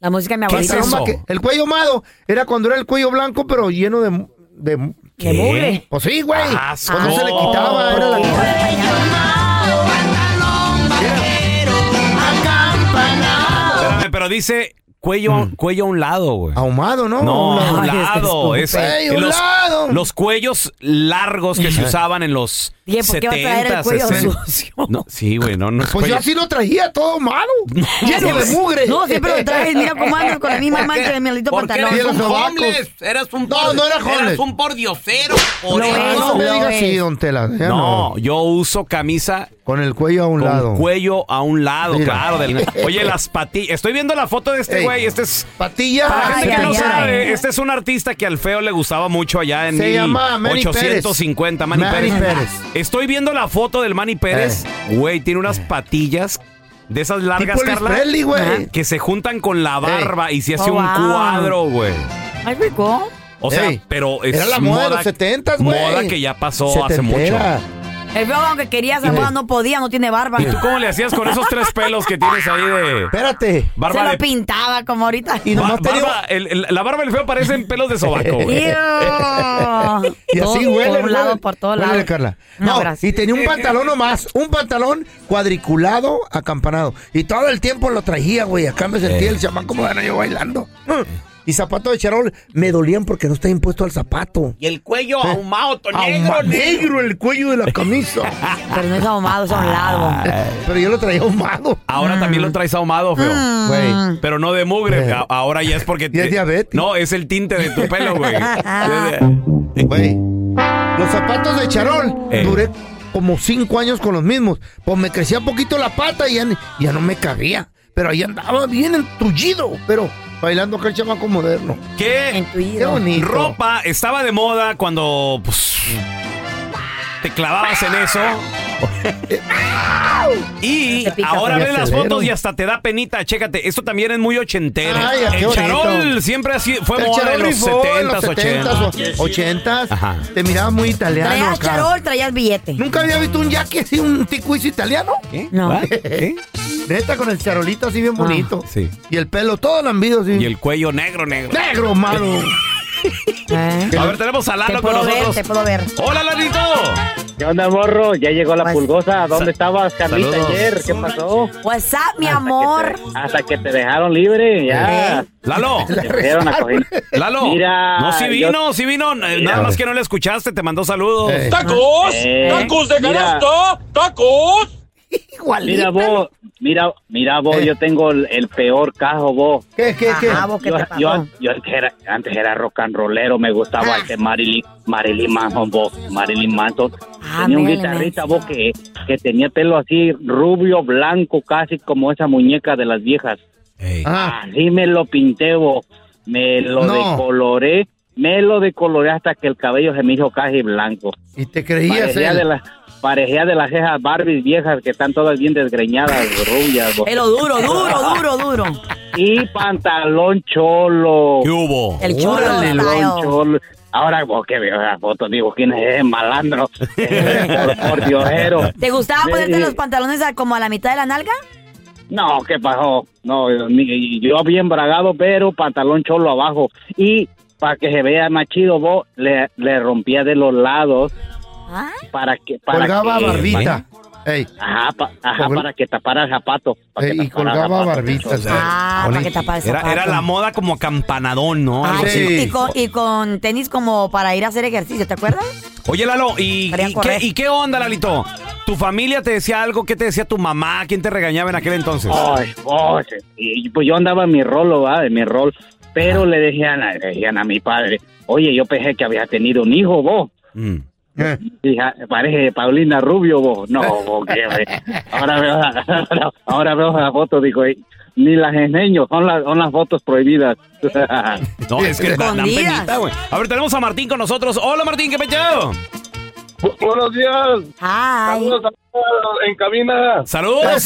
Speaker 4: La música de mi abuelita.
Speaker 3: Tromba que- el cuello amado era cuando era el cuello blanco, pero lleno de. de,
Speaker 4: ¿Qué? mugre.
Speaker 3: Pues sí, güey.
Speaker 1: Asco.
Speaker 3: Pues no se le quitaba, era la
Speaker 1: Espérame, pero dice cuello, a- cuello a un lado, güey.
Speaker 3: Mm. Ahumado, ¿no?
Speaker 1: No, a un
Speaker 3: Ay,
Speaker 1: lado.
Speaker 3: este
Speaker 1: es-
Speaker 3: estúpido. Ey,
Speaker 1: los,
Speaker 3: un lado.
Speaker 1: los cuellos largos que se usaban en los
Speaker 4: Oye, ¿por qué va a traer el
Speaker 1: 70,
Speaker 4: cuello
Speaker 1: 60.
Speaker 4: sucio?
Speaker 1: No, sí, güey, no, no es
Speaker 3: Pues yo
Speaker 1: cuello.
Speaker 3: así lo traía todo malo. Lleno de
Speaker 4: siempre-
Speaker 3: mugre.
Speaker 4: No, siempre lo traes. Mira cómo andas con la misma mancha de mi maldito
Speaker 3: ¿Por qué
Speaker 4: pantalón.
Speaker 3: eres un homeless?
Speaker 1: Eras un
Speaker 3: No, no era homeless.
Speaker 1: un pordiosero.
Speaker 4: Lo ves,
Speaker 3: No me
Speaker 4: lo
Speaker 3: digas así,
Speaker 4: ves.
Speaker 3: don Tela. ya
Speaker 1: No, yo uso camisa
Speaker 3: Con el cuello a un
Speaker 1: con
Speaker 3: lado.
Speaker 1: cuello a un lado,
Speaker 3: Mira.
Speaker 1: claro. del- Oye, las patillas. Estoy viendo la foto de este
Speaker 3: Ey.
Speaker 1: güey. Este es.
Speaker 3: Patilla.
Speaker 1: Para la
Speaker 4: Ay,
Speaker 1: gente que
Speaker 4: ay,
Speaker 1: no
Speaker 4: ay.
Speaker 1: sabe, este es un artista que al feo le gustaba mucho allá en
Speaker 3: Se llama Manny
Speaker 1: 1850, Manny,
Speaker 3: Pérez.
Speaker 1: Pérez.
Speaker 3: Manny Pérez. Eh.
Speaker 1: Estoy viendo la foto del Manny Pérez. Güey, tiene unas patillas de esas largas,
Speaker 3: Tipo Luis
Speaker 1: Carla,
Speaker 3: Presley, güey.
Speaker 1: Ajá, que se juntan con la barba y se hace
Speaker 4: Oh,
Speaker 1: un
Speaker 4: wow.
Speaker 1: cuadro, güey.
Speaker 4: Ay, rico.
Speaker 1: O sea,
Speaker 3: Ey,
Speaker 1: pero es
Speaker 3: era la moda de los 70s, güey.
Speaker 1: Moda que ya pasó hace mucho.
Speaker 3: Setentera.
Speaker 4: El feo, aunque quería esa moda, no podía, no tiene barba.
Speaker 1: ¿Y tú cómo le hacías con esos tres pelos que tienes ahí de
Speaker 3: Espérate.
Speaker 4: Se
Speaker 1: barba
Speaker 4: lo
Speaker 1: de
Speaker 4: pintaba como ahorita.
Speaker 3: Y
Speaker 1: ba-
Speaker 3: nomás te digo-
Speaker 1: barba- el- el- la barba del feo parecen pelos de sobaco, güey.
Speaker 4: Ew.
Speaker 3: Y así
Speaker 4: Todo
Speaker 3: huele.
Speaker 4: Por un
Speaker 3: huele.
Speaker 4: lado, por todos
Speaker 3: Huele,
Speaker 4: lados.
Speaker 3: Carla.
Speaker 4: No,
Speaker 3: No,
Speaker 4: gracias.
Speaker 3: y tenía un pantalón nomás. Un pantalón cuadriculado, acampanado. Y todo el tiempo lo traía, güey. Acá me sentía el chamán como de yo bailando. Mm. Y zapatos de charol me dolían porque no está impuesto al zapato.
Speaker 1: Y el cuello ahumado,
Speaker 3: Ahuma- negro el cuello de la camisa.
Speaker 4: Pero no es ahumado, es a un lado.
Speaker 3: Pero yo lo traía ahumado.
Speaker 4: Mm.
Speaker 1: Ahora también lo traes ahumado, feo.
Speaker 3: Güey.
Speaker 1: Pero no de mugre.
Speaker 3: Eh.
Speaker 1: A- Ahora ya es porque.
Speaker 3: Ya es diabetes.
Speaker 1: No, es el tinte de tu pelo, güey.
Speaker 3: Güey, los zapatos de charol
Speaker 1: Eh.
Speaker 3: duré como cinco años con los mismos. Pues me crecía poquito la pata y ya, ni- ya no me cabía. Pero ahí andaba bien entullido, pero bailando aquel chamaco moderno.
Speaker 1: ¿Qué
Speaker 4: En tu
Speaker 3: Qué
Speaker 4: hilo.
Speaker 3: bonito.
Speaker 1: ropa estaba de moda cuando pues, te clavabas en eso? Y
Speaker 4: Te pica,
Speaker 1: ahora
Speaker 3: pero
Speaker 1: ves las
Speaker 3: acelero.
Speaker 1: fotos y hasta te da penita. Chécate, esto también es muy ochentero.
Speaker 3: Ay, qué
Speaker 1: el
Speaker 3: bonito.
Speaker 1: charol siempre así fue
Speaker 3: El
Speaker 1: moda
Speaker 3: charol
Speaker 1: en los
Speaker 3: rifó en los
Speaker 1: 70s, 80s.
Speaker 3: 70s, 80s.
Speaker 1: Ajá.
Speaker 3: Te miraba muy italiano
Speaker 4: Traías
Speaker 3: acá.
Speaker 4: charol, traías billete.
Speaker 3: ¿Nunca había visto un yaqui así, un ticuizo italiano?
Speaker 1: ¿Qué?
Speaker 4: No. Ah.
Speaker 1: ¿What? ¿Qué?
Speaker 3: Neta, con el charolito así bien bonito.
Speaker 1: sí.
Speaker 3: Y el pelo todo lambido así.
Speaker 1: Y el cuello negro, negro.
Speaker 3: negro, malo.
Speaker 4: ¿Eh?
Speaker 1: A ver, tenemos a
Speaker 4: Te
Speaker 1: Lalo con
Speaker 4: puedo ver,
Speaker 1: nosotros.
Speaker 4: te puedo ver.
Speaker 1: ¡Hola, Lalito!
Speaker 7: ¿Qué onda, morro? Ya llegó la
Speaker 4: Pues-
Speaker 7: pulgosa.
Speaker 1: Sa-
Speaker 7: ¿Dónde estabas, Carlita,
Speaker 1: Saludos.
Speaker 7: ayer? ¿Qué pasó?
Speaker 4: What's up, mi amor?
Speaker 7: Hasta que te dejaron libre,
Speaker 4: ¿Eh?
Speaker 7: ya.
Speaker 1: ¡Lalo!
Speaker 7: Te pusieron a coger.
Speaker 1: Lalo,
Speaker 7: Mira,
Speaker 1: no, si
Speaker 7: yo-
Speaker 1: vino, si vino, eh, nada más que no le escuchaste, te mandó saludos.
Speaker 3: Eh.
Speaker 10: ¡Tacos!
Speaker 7: Eh,
Speaker 10: ¡Tacos de
Speaker 7: mira.
Speaker 10: canasta! ¡Tacos!
Speaker 7: Mira
Speaker 3: Igualito.
Speaker 7: vos, mira, mira vos,
Speaker 3: Eh.
Speaker 7: yo tengo el, el peor cajo vos.
Speaker 3: ¿Qué, qué, qué?
Speaker 4: Ajá, vos, ¿qué
Speaker 7: yo,
Speaker 4: te
Speaker 7: yo,
Speaker 4: pasó? Ah.
Speaker 7: yo antes, era, antes era rock and rollero, me gustaba este Marilyn, Marilyn Manson, vos, Marilyn Manson.
Speaker 4: Ah,
Speaker 7: tenía un
Speaker 4: mírale,
Speaker 7: guitarrista,
Speaker 4: mírale.
Speaker 7: vos, que, que tenía pelo así rubio, blanco, casi como esa muñeca de las viejas.
Speaker 1: Ey.
Speaker 3: Ah,
Speaker 7: Así me lo pinté, vos. Me lo
Speaker 3: No.
Speaker 7: decoloré, me lo decoloré hasta que el cabello se me hizo casi blanco.
Speaker 3: y te creías eh.
Speaker 7: Parejea
Speaker 3: él.
Speaker 7: de, la, parejea de las cejas Barbies viejas que están todas bien desgreñadas, rubias. vos.
Speaker 4: Pelo duro, duro, duro, duro.
Speaker 7: Y pantalón cholo.
Speaker 1: ¿Qué hubo?
Speaker 4: El cholo
Speaker 7: Órale, pantalón
Speaker 4: style.
Speaker 7: cholo. Ahora vos que veo la foto, digo, ¿quién es ese malandro? por, por diosero.
Speaker 4: ¿Te gustaba
Speaker 7: Me-
Speaker 4: ponerte los pantalones a- como a la mitad de la nalga?
Speaker 7: No, ¿qué pasó? No, ni- yo bien bragado, pero pantalón cholo abajo. Y para que se vea más chido, vos le, le rompía de los lados.
Speaker 4: ¿Ah?
Speaker 7: Para que. Para
Speaker 3: Colgaba
Speaker 7: que-
Speaker 3: barbita. Ey.
Speaker 7: Ajá, pa- ajá,
Speaker 3: Colg-
Speaker 7: para que tapara el zapato. para que
Speaker 3: Ey, y
Speaker 7: tapara el
Speaker 3: colgaba
Speaker 7: zapato.
Speaker 3: barbitas.
Speaker 4: Ah, para que tapar el
Speaker 1: Era,
Speaker 4: zapato.
Speaker 1: era la moda como campanadón, ¿no?
Speaker 4: Ah,
Speaker 1: Algo así.
Speaker 4: y, con, y con tenis como para ir a hacer ejercicio, ¿te acuerdas?
Speaker 1: Oye, Lalo, ¿y,
Speaker 4: Querían
Speaker 1: y qué,
Speaker 4: correr.
Speaker 1: y qué onda, Lalito? ¿Tu familia te decía algo? ¿Qué te decía tu mamá? ¿Quién te regañaba en aquel entonces?
Speaker 7: Ay, vos, y pues yo andaba en mi rolo, ¿va? En mi rol. Pero le decían, a- le decían a mi padre, oye, yo pensé que había tenido un hijo, vos.
Speaker 1: Mm.
Speaker 3: Eh.
Speaker 7: Hija, parece Paulina Rubio, vos. No, vos, qué ve. ahora veo, la- ahora veo la foto, digo, "Ey, ni las enseño, son las, son las fotos prohibidas.
Speaker 1: no, es que dan- dan penita, güey. A ver, tenemos a Martín con nosotros. Hola, Martín, ¿qué pechado?
Speaker 10: Buenos días. Saludos a todos en cabina.
Speaker 1: Saludos,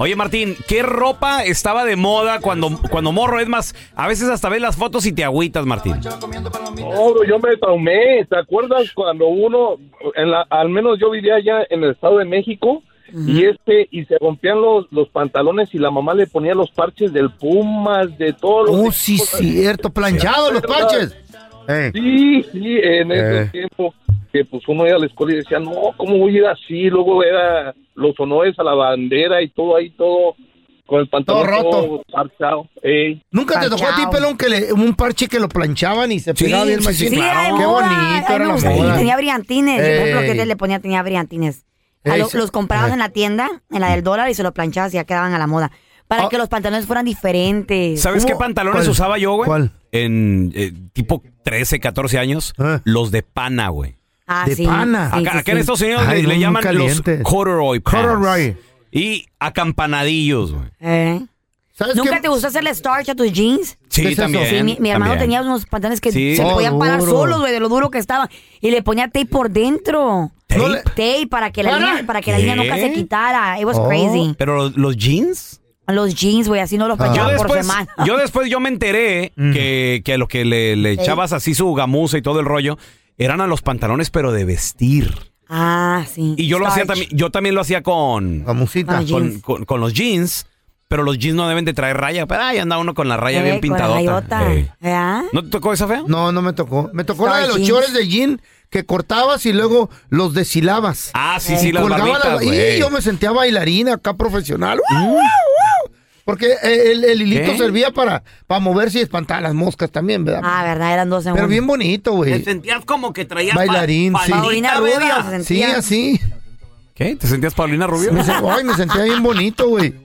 Speaker 1: Oye, Martín, ¿qué ropa estaba de moda cuando, cuando morro? Es más, a veces hasta ves las fotos y te agüitas, Martín.
Speaker 10: No, bro, yo me traumé. ¿Te acuerdas cuando uno, en la- al menos yo vivía allá en el Estado de México, y este, y se rompían los, los pantalones y la mamá le ponía los parches del Pumas, de todos los.
Speaker 3: Oh, sí, cierto. Planchados los parches.
Speaker 10: Sí, sí, en ese
Speaker 3: Eh.
Speaker 10: tiempo que pues uno iba a la escuela y decía, no, ¿cómo voy a ir así? Luego era los honores a la bandera y todo ahí, todo con el pantalón
Speaker 3: Todo roto.
Speaker 10: parchado. Ey.
Speaker 3: Nunca te tocó a ti, pelón, que le, un parche que lo planchaban y se pegaba bien machín?
Speaker 4: Sí, era de
Speaker 3: Qué
Speaker 4: moda.
Speaker 3: bonito
Speaker 4: Ay,
Speaker 3: era
Speaker 4: me
Speaker 3: la
Speaker 4: gustaba. Y
Speaker 3: moda.
Speaker 4: Tenía brillantines. Yo, por ejemplo,
Speaker 3: Ey.
Speaker 4: que te le ponía, tenía brillantines. A
Speaker 3: Ey,
Speaker 4: lo-
Speaker 3: se-
Speaker 4: los comprabas
Speaker 3: ey.
Speaker 4: en la tienda, en la del dólar, y se los planchabas y ya quedaban a la moda. Para que los pantalones fueran diferentes.
Speaker 1: ¿Sabes qué
Speaker 4: Hubo-
Speaker 1: pantalones usaba yo, güey? ¿Cuál? En eh, tipo 13, 14 años. Los de pana, güey.
Speaker 4: Ah,
Speaker 1: Ah. de
Speaker 4: sí,
Speaker 1: pana.
Speaker 4: sí,
Speaker 1: acá
Speaker 4: sí,
Speaker 1: acá en
Speaker 4: sí.
Speaker 1: Estados Unidos
Speaker 3: Ay,
Speaker 1: le, le
Speaker 3: muy
Speaker 1: llaman
Speaker 3: calientes.
Speaker 1: los corduroy pants.
Speaker 3: Corduroy.
Speaker 1: Y acampanadillos, güey.
Speaker 4: Eh. ¿Nunca te gustó hacerle starch a tus jeans?
Speaker 1: Sí, ¿Qué es eso? también,
Speaker 4: Sí, mi, mi hermano
Speaker 1: también.
Speaker 4: tenía unos pantalones que
Speaker 1: Sí.
Speaker 4: se
Speaker 1: Oh,
Speaker 4: podían parar
Speaker 1: duro.
Speaker 4: solos, güey, de lo duro que estaban. Y le ponía tape por dentro. ¿Tape? para que la,
Speaker 1: ¿Para?
Speaker 4: línea, para que la línea
Speaker 1: ¿Qué?
Speaker 4: nunca se quitara. It was
Speaker 1: Oh.
Speaker 4: crazy.
Speaker 1: Pero los, los jeans.
Speaker 4: Los jeans, güey, así no los
Speaker 1: Yo
Speaker 4: planchaba por
Speaker 1: después,
Speaker 4: semana.
Speaker 1: yo después yo me enteré que, que a lo que le, le
Speaker 4: Sí.
Speaker 1: echabas así su gamuza y todo el rollo eran a los pantalones, pero de vestir.
Speaker 4: Ah, sí.
Speaker 1: Y yo lo hacía también, yo también lo hacía con
Speaker 4: Con los
Speaker 1: con,
Speaker 4: jeans.
Speaker 1: con- con los jeans, pero los jeans no deben de traer raya. Pero ahí anda uno con la raya
Speaker 3: Eh,
Speaker 1: bien
Speaker 3: con la
Speaker 1: pintadota.
Speaker 3: rayota.
Speaker 1: Eh.
Speaker 4: ¿Ah?
Speaker 1: ¿No te tocó esa fea?
Speaker 3: No, no me tocó. Me tocó la de los
Speaker 1: Jeans.
Speaker 3: chores de jean que cortabas y luego los deshilabas.
Speaker 1: Ah, sí, sí,
Speaker 3: Y
Speaker 1: las
Speaker 3: colgaba
Speaker 1: barbitas,
Speaker 3: las-
Speaker 1: güey. Mm.
Speaker 3: Y yo me sentía bailarina acá profesional. ¡Guau, guau, guau! Porque eh, el, el hilito
Speaker 4: ¿Qué?
Speaker 3: servía para, para moverse y espantar a las moscas también, ¿verdad?
Speaker 4: Ah, verdad, eran dos en
Speaker 3: Pero
Speaker 4: uno.
Speaker 3: bien bonito, güey.
Speaker 1: sentías como que traías
Speaker 3: Bailarín, sí. sí, así.
Speaker 1: ¿Qué? ¿Te sentías Paulina Rubio?
Speaker 3: Me, sen- ay, me sentía bien bonito, güey.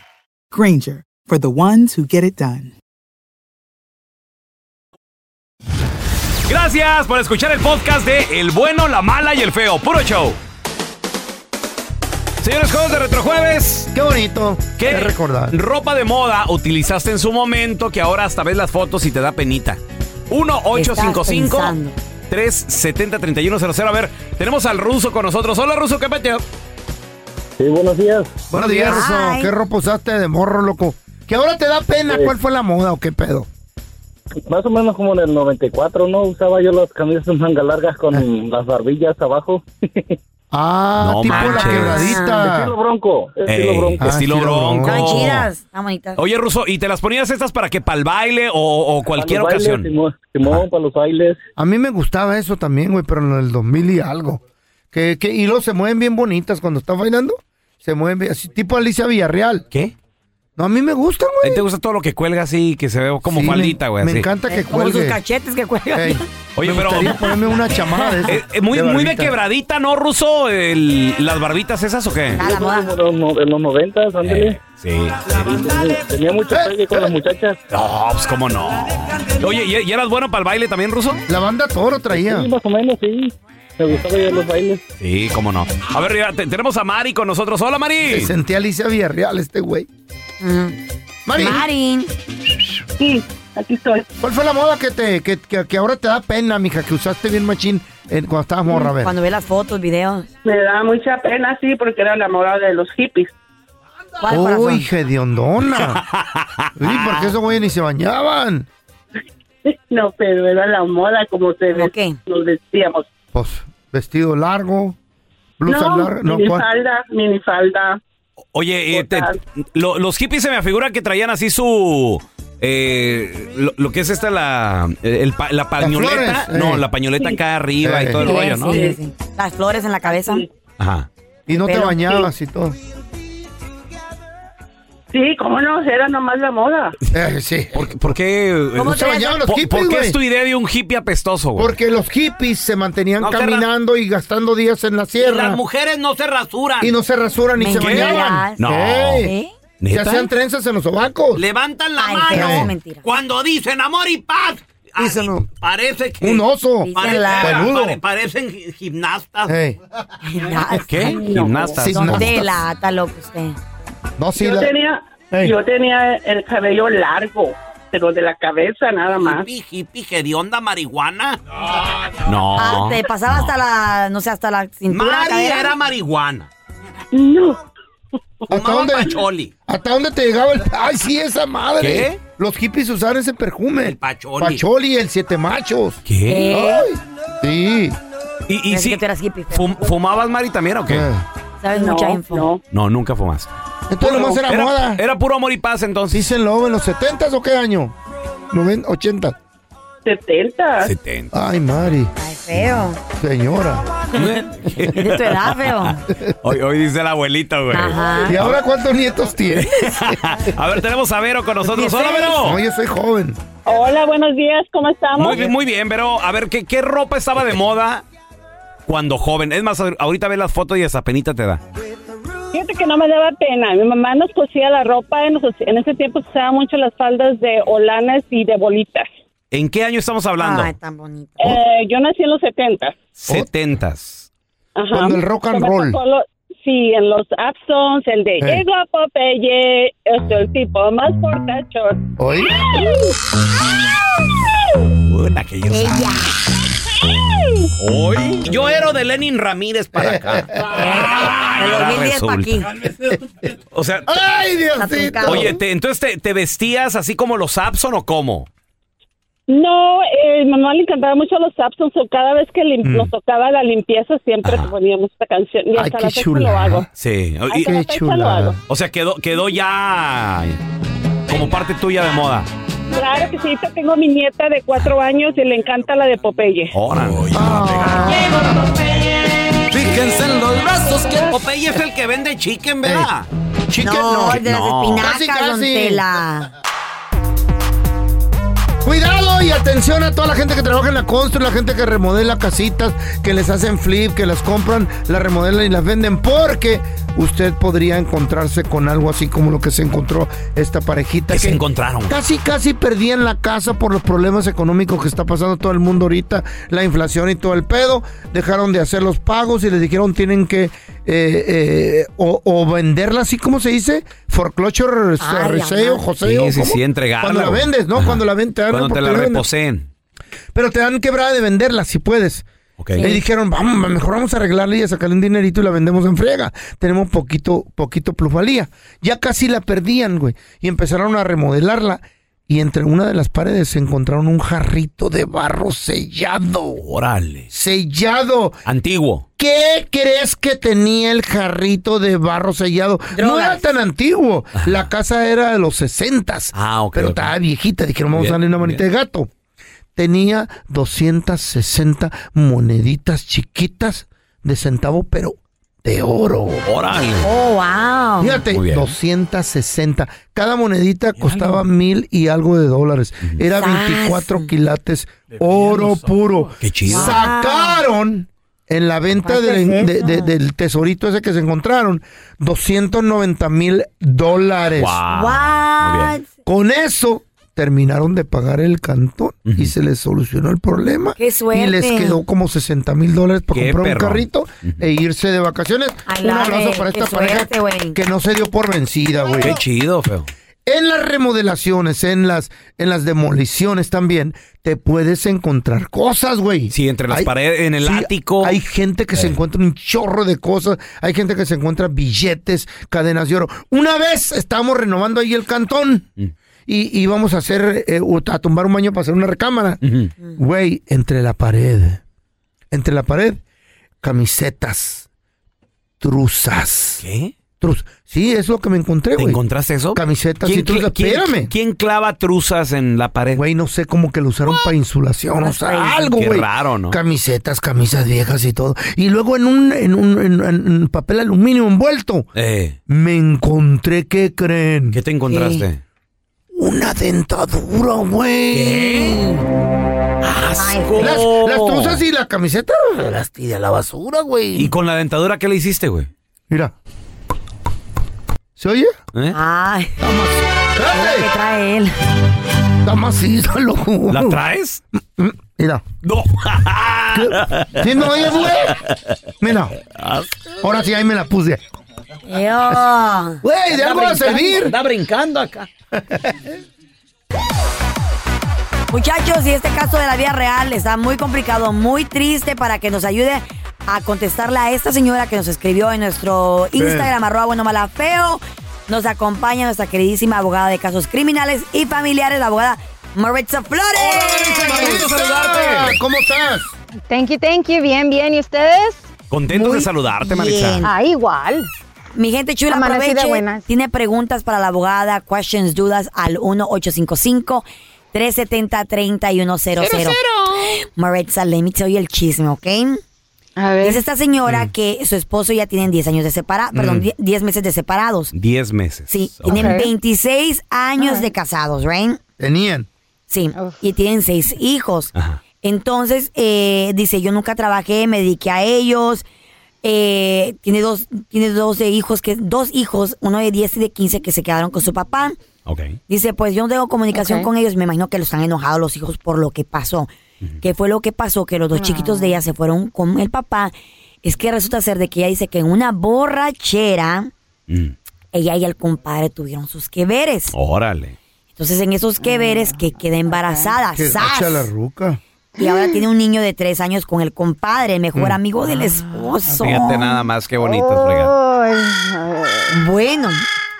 Speaker 11: Granger, for the ones who get it done.
Speaker 1: Gracias por escuchar el podcast de El Bueno, la Mala y el Feo. Puro show. Señores, juegos de retrojueves.
Speaker 3: Qué bonito.
Speaker 1: ¿Qué
Speaker 3: Qué recordar.
Speaker 1: ropa de moda utilizaste en su momento que ahora hasta ves las fotos y te da penita? 1-855. 370-3100. A ver, tenemos al ruso con nosotros. Hola, ruso, ¿qué peteo?
Speaker 3: Sí, buenos días. Buenos días,
Speaker 1: Buenos días.
Speaker 3: Ruso.
Speaker 1: Ay.
Speaker 3: ¿Qué ropa usaste de morro, loco? Que ahora te da pena. ¿Cuál fue la moda o qué pedo?
Speaker 10: Más o menos como en el 94, ¿no? Usaba yo las camisas en manga largas con las barbillas abajo.
Speaker 3: Ah,
Speaker 1: No
Speaker 3: tipo
Speaker 1: manches.
Speaker 3: la quebradita.
Speaker 10: Estilo bronco. Estilo
Speaker 1: Ey, Ah,
Speaker 10: bronco.
Speaker 1: estilo bronco.
Speaker 4: Están chidas, están bonitas.
Speaker 1: Oye, Ruso, ¿y te las ponías estas para que para el baile o, o cualquier
Speaker 10: Para los bailes,
Speaker 1: ocasión?
Speaker 10: Simón, Simón, para los bailes.
Speaker 3: A mí me gustaba eso también, güey, pero en el 2000 y algo. Que, que, y luego se mueven bien bonitas cuando están bailando. Se mueven bien, así, tipo Alicia Villarreal.
Speaker 1: ¿Qué?
Speaker 3: No, a mí me gusta,
Speaker 1: ¿A ti te gusta todo lo que cuelga así, que se ve como
Speaker 3: Sí, me-
Speaker 1: faldita, güey?
Speaker 3: me
Speaker 1: así?
Speaker 3: encanta que
Speaker 4: Como sus cachetes que cuelgan.
Speaker 1: Oye,
Speaker 3: me
Speaker 1: pero.
Speaker 3: gustaría ponerme una chamada de esas,
Speaker 1: Eh, eh, muy,
Speaker 3: de
Speaker 1: muy de
Speaker 3: barbita.
Speaker 1: quebradita, ¿no, Ruso? El- ¿Las barbitas esas o
Speaker 10: Ah,
Speaker 1: qué? Eh,
Speaker 10: En los noventas, ándale.
Speaker 1: Sí.
Speaker 10: Tenía
Speaker 3: Eh,
Speaker 10: mucho pegue con las muchachas.
Speaker 1: No, pues cómo no. Oye, ¿y, y eras bueno para el baile también, Ruso?
Speaker 3: La banda Toro traía.
Speaker 10: Sí, más o menos, sí. Me gustaba ir a los bailes.
Speaker 1: Sí, cómo no. A ver, ya te- tenemos a Mari con nosotros. Hola, Mari.
Speaker 3: Se sentía Alicia Villarreal este güey. Mari.
Speaker 4: Marín.
Speaker 3: Sí, aquí estoy. ¿Cuál fue la moda que te que, que- que ahora te da pena, mija, que usaste bien machín eh, cuando estabas morra? A ver.
Speaker 4: Mm, Cuando ve las fotos, videos.
Speaker 12: Me da mucha Pues pena, sí, porque era la moda de los hippies.
Speaker 3: ¡Uy, hediondona! Uy, porque esos güeyes ni se bañaban.
Speaker 12: No, pero era la moda como se ve- nos vestíamos.
Speaker 3: Pues, vestido largo, blusa
Speaker 12: no,
Speaker 3: larga. No, ¿cuál?
Speaker 12: minifalda, minifalda.
Speaker 1: Oye, eh, te- lo- los hippies se me figura que traían así su... eh, lo, lo que es esta, la, eh, el pa- la pañoleta.
Speaker 4: flores, eh.
Speaker 1: no, la pañoleta acá arriba y todo el
Speaker 4: Sí,
Speaker 1: rollo, ¿no?
Speaker 4: sí, sí. Las flores en la cabeza.
Speaker 1: Ajá.
Speaker 3: Y no te
Speaker 4: Pero-
Speaker 3: bañabas y todo.
Speaker 12: Sí, cómo no, era nomás la moda.
Speaker 3: Eh, sí.
Speaker 1: ¿Por, por qué, eh,
Speaker 3: ¿Cómo se bañaban los
Speaker 1: ¿Por-
Speaker 3: hippies,
Speaker 1: ¿Por qué
Speaker 3: güey?
Speaker 1: es tu idea de un hippie apestoso, güey?
Speaker 3: Porque los hippies se mantenían
Speaker 1: No, qué ra-
Speaker 3: caminando y gastando días en la sierra.
Speaker 1: mujeres no se rasuran.
Speaker 3: Y no se rasuran ni se bañaban.
Speaker 1: No.
Speaker 3: Ey,
Speaker 4: ¿Eh?
Speaker 3: Se
Speaker 1: ¿Neta?
Speaker 3: hacían trenzas en los sobacos.
Speaker 1: Levantan
Speaker 3: la Ay, mano pero eso es mentira.
Speaker 1: cuando dicen amor y paz. Parece
Speaker 3: que- Un oso. Parece- Dísela. Peludo. pare-
Speaker 1: parecen gimnastas.
Speaker 3: Ey.
Speaker 1: ¿Qué? Gimnastas.
Speaker 4: Don
Speaker 1: Gimnastas.
Speaker 4: Tela, está loco usted.
Speaker 3: No, sí,
Speaker 12: yo,
Speaker 3: la-
Speaker 12: tenía,
Speaker 3: Ey.
Speaker 12: yo tenía el cabello largo, pero de la cabeza nada más.
Speaker 1: hippie, hedionda, marihuana. No.
Speaker 4: Ah, te pasaba hasta la, no sé, hasta la cintura.
Speaker 1: Mari
Speaker 4: cadera.
Speaker 1: era marihuana.
Speaker 12: No.
Speaker 3: ¿Hasta dónde,
Speaker 1: pacholi.
Speaker 3: ¿Hasta dónde te llegaba el.? ¡Ay, sí, esa madre!
Speaker 1: ¿Qué?
Speaker 3: Los hippies usaron ese perfume. El
Speaker 1: pacholi.
Speaker 3: Pacholi, el siete machos.
Speaker 1: ¿Qué?
Speaker 3: Ay, sí.
Speaker 1: ¿Y, y si fum- fumabas, Mari, también o qué?
Speaker 4: Sabes
Speaker 12: No,
Speaker 4: mucha info.
Speaker 12: no.
Speaker 1: No, nunca fumaste.
Speaker 3: Eh. Entonces nomás era, moda.
Speaker 1: Era puro amor y paz entonces.
Speaker 3: Dicen luego en los 70s o qué año? Noven- 80.
Speaker 12: 70.
Speaker 1: 70.
Speaker 3: Ay, Mari.
Speaker 4: Ay, feo.
Speaker 3: Señora.
Speaker 4: De tu edad, feo.
Speaker 1: Hoy, hoy dice la abuelita, güey.
Speaker 3: ¿Y ahora cuántos nietos tienes?
Speaker 1: A ver, tenemos a Vero con nosotros. Hola,
Speaker 3: No,
Speaker 1: Vero.
Speaker 3: yo soy joven.
Speaker 13: Hola, buenos días, ¿cómo estamos?
Speaker 1: Muy bien, muy bien, Vero. A ver, ¿qué, qué ropa estaba de moda cuando joven? Es más, ahor- ahorita ves las fotos y esa penita te da.
Speaker 13: Fíjate que no me daba pena. Mi mamá nos cosía la ropa. En, los- en ese tiempo se usaban mucho las faldas de olanes y de bolitas.
Speaker 1: ¿En qué año estamos hablando?
Speaker 4: tan bonito.
Speaker 13: Eh, yo nací en los 70.
Speaker 1: Setentas.
Speaker 13: Ajá.
Speaker 1: Cuando el rock and
Speaker 13: Me tocó
Speaker 1: roll.
Speaker 13: lo- sí, en los Absons, el de
Speaker 1: Eh.
Speaker 13: Llegó a Popeye, es el tipo más portachón.
Speaker 3: ¿Hoy?
Speaker 1: Hola, que yo Hoy. Yo era de Lenin Ramírez para acá.
Speaker 4: Del
Speaker 1: ahora
Speaker 4: 2010 pa' aquí.
Speaker 1: O sea,
Speaker 3: ¡Ay,
Speaker 4: Diosito!
Speaker 1: oye, te- entonces te, te vestías así como los Abson o cómo?
Speaker 13: No, eh, mi mamá le encantaba mucho los Absons. o cada vez que
Speaker 1: Mm.
Speaker 13: lim- nos tocaba la limpieza, siempre
Speaker 1: Ah.
Speaker 13: poníamos esta canción. Y hasta la fecha lo hago.
Speaker 1: Sí.
Speaker 13: Ay, qué chulada.
Speaker 1: O sea, quedó, quedó ya como parte tuya de moda.
Speaker 13: Claro que sí, ahorita tengo mi nieta de cuatro años y le encanta la de Popeye.
Speaker 1: Ahora. Fíjense en los brazos que Popeye es el que vende chicken, ¿verdad?
Speaker 3: Chicken
Speaker 4: no, el de las
Speaker 1: No.
Speaker 4: espinacas,
Speaker 3: Casi, casi.
Speaker 4: Don Tela.
Speaker 3: Cuidado y atención a toda la gente que trabaja en la construcción, la gente que remodela casitas, que les hacen flip, que las compran, las remodelan y las venden, porque usted podría encontrarse con algo así como lo que se encontró esta parejita.
Speaker 1: Que se encontraron.
Speaker 3: Casi, casi perdían la casa por los problemas económicos que está pasando todo el mundo ahorita, la inflación y todo el pedo. Dejaron de hacer los pagos y les dijeron tienen que eh, eh, o, o venderla así como se dice, foreclosure,
Speaker 1: Ay,
Speaker 3: reseo,
Speaker 1: ajá.
Speaker 3: joseo.
Speaker 1: Sí, sí,
Speaker 3: ¿cómo?
Speaker 1: sí, entregarla,
Speaker 3: Cuando la
Speaker 1: güey.
Speaker 3: vendes, ¿no?
Speaker 1: Ajá.
Speaker 3: Cuando la vendes, te dan
Speaker 1: Cuando te la
Speaker 3: oportunidad de vender.
Speaker 1: reposeen.
Speaker 3: Pero te dan quebrada de venderla si puedes.
Speaker 1: Okay.
Speaker 3: Y dijeron, vamos, mejor vamos a arreglarla y a sacarle un dinerito y la vendemos en friega. Tenemos poquito, poquito plusvalía. Ya casi la perdían, güey. Y empezaron a remodelarla. Y entre una de las paredes se encontraron un jarrito de barro sellado.
Speaker 1: Órale.
Speaker 3: Sellado.
Speaker 1: Antiguo.
Speaker 3: ¿Qué crees que tenía el jarrito de barro sellado? No era tan antiguo. La casa era de los 60
Speaker 1: Ah, ok.
Speaker 3: Pero
Speaker 1: ok.
Speaker 3: estaba viejita. Dijeron, vamos
Speaker 1: Bien,
Speaker 3: a darle una
Speaker 1: bien.
Speaker 3: manita de gato. Tenía 260 moneditas chiquitas de centavo, pero de oro.
Speaker 1: Órale.
Speaker 4: Oh, wow.
Speaker 3: Fíjate,
Speaker 1: Muy bien.
Speaker 3: 260. Cada monedita costaba mil y algo de dólares. Era
Speaker 1: Sas.
Speaker 3: 24 quilates, oro puro.
Speaker 1: Qué chido. Wow.
Speaker 3: Sacaron en la venta
Speaker 1: ¿Cuánto
Speaker 3: del-
Speaker 1: es
Speaker 3: de-
Speaker 1: eso?
Speaker 3: de- del tesorito ese que se encontraron, 290 mil dólares.
Speaker 1: Wow. What? Muy bien.
Speaker 3: Con eso terminaron de pagar el cantón y se les solucionó el problema.
Speaker 4: Qué
Speaker 3: Y les
Speaker 4: suerte.
Speaker 3: quedó como 60 mil dólares para
Speaker 1: Qué
Speaker 3: comprar un
Speaker 1: perrón.
Speaker 3: carrito e irse de vacaciones.
Speaker 4: I
Speaker 3: Un
Speaker 4: love
Speaker 3: abrazo
Speaker 4: it.
Speaker 3: para
Speaker 4: Qué
Speaker 3: esta pareja
Speaker 4: suerte, güey.
Speaker 3: que no se dio por vencida, güey.
Speaker 1: Qué chido, feo.
Speaker 3: En las remodelaciones, en las, en las demoliciones también, te puedes encontrar cosas, güey.
Speaker 1: Sí, entre las
Speaker 3: Hay-
Speaker 1: paredes, en el
Speaker 3: sí,
Speaker 1: ático. Eh.
Speaker 3: Hay gente que se encuentra un chorro de cosas. Hay gente que se encuentra billetes, cadenas de oro. Una vez estábamos renovando ahí el cantón
Speaker 1: Mm.
Speaker 3: y íbamos a hacer, eh, o- a tumbar un baño para hacer una recámara. Mm. Güey, entre la pared, entre la pared, camisetas, truzas.
Speaker 1: ¿Qué?
Speaker 3: Truz. Sí, es lo que me encontré, güey.
Speaker 1: encontraste eso?
Speaker 3: Camisetas y
Speaker 1: ¿Quién,
Speaker 3: truzas.
Speaker 1: quién-
Speaker 3: Espérame.
Speaker 1: quién clava truzas en la pared?
Speaker 3: Güey, no sé, como que lo usaron para insulación, o sea, algo,
Speaker 1: Qué
Speaker 3: güey.
Speaker 1: raro, ¿no?
Speaker 3: Camisetas, camisas viejas y todo. Y luego en un, en un en- en papel aluminio envuelto,
Speaker 1: Eh,
Speaker 3: me encontré, ¿qué creen? Eh,
Speaker 1: ¿Qué te encontraste?
Speaker 3: Una dentadura, güey.
Speaker 1: ¡Asco!
Speaker 3: Las, las truzas y la camiseta las tiré a la basura, güey.
Speaker 1: ¿Y con la dentadura qué le hiciste, güey?
Speaker 3: Mira. ¿Se oye?
Speaker 1: ¿Eh?
Speaker 4: Ay,
Speaker 3: ¿Qué
Speaker 4: trae él?
Speaker 3: Está macizo, loco.
Speaker 1: ¿La traes?
Speaker 3: Mm, Mira.
Speaker 1: No.
Speaker 3: ¿Sí no oyes, güey? Mira. Ahora sí, ahí me la puse.
Speaker 4: Yo.
Speaker 3: Güey, de algo va a servir.
Speaker 9: Está brincando acá.
Speaker 4: Muchachos, y este caso de la vida real está muy complicado, muy triste para que nos ayude a contestarle a esta señora que nos escribió en nuestro
Speaker 14: Sí.
Speaker 4: Instagram, arroba bueno mala feo. Nos acompaña nuestra queridísima abogada de casos criminales y familiares, la abogada Maritza Flores.
Speaker 3: ¿Cómo estás?
Speaker 14: Thank you, thank you. Bien, bien. ¿Y ustedes?
Speaker 1: Contento de saludarte, Maritza.
Speaker 14: Ah, igual.
Speaker 4: Mi gente chula,
Speaker 14: Amanecí de
Speaker 4: aproveche.
Speaker 14: buenas.
Speaker 4: Tiene preguntas para la abogada, questions, dudas al 1855 370 3100 Maritza, let me tell you el chisme, ¿ok?
Speaker 14: A ver.
Speaker 4: Dice esta señora que su esposo ya tienen 10 años de separados,
Speaker 1: Mm.
Speaker 4: perdón, 10 10 meses de separados.
Speaker 1: Diez meses.
Speaker 4: Sí,
Speaker 1: Ok.
Speaker 4: tienen 26 años de casados, ¿right?
Speaker 3: Tenían.
Speaker 4: Sí, y tienen seis hijos. Entonces, eh, dice, yo nunca trabajé, me dediqué a ellos. Eh, tiene dos, tiene dos de hijos, que, dos hijos, uno de 10 y de 15 que se quedaron con su papá. Dice, pues yo no tengo comunicación
Speaker 14: Ok.
Speaker 4: con ellos, me imagino que los han enojado los hijos por lo que pasó. ¿Qué fue lo que pasó? Que los dos chiquitos de ella se fueron con el papá. Es que resulta ser de que ella dice que en una borrachera, ella y el compadre tuvieron sus queveres.
Speaker 1: Oh. Órale.
Speaker 4: Entonces, en esos queveres que queda embarazada,
Speaker 3: Que
Speaker 4: ¡zas!
Speaker 3: hacha la ruca.
Speaker 4: Y ahora tiene un niño de tres años con el compadre, el mejor
Speaker 3: Mm.
Speaker 4: amigo del esposo.
Speaker 1: Ah, Fíjate nada más, qué bonito.
Speaker 4: Oh.
Speaker 1: fregado.
Speaker 4: Bueno,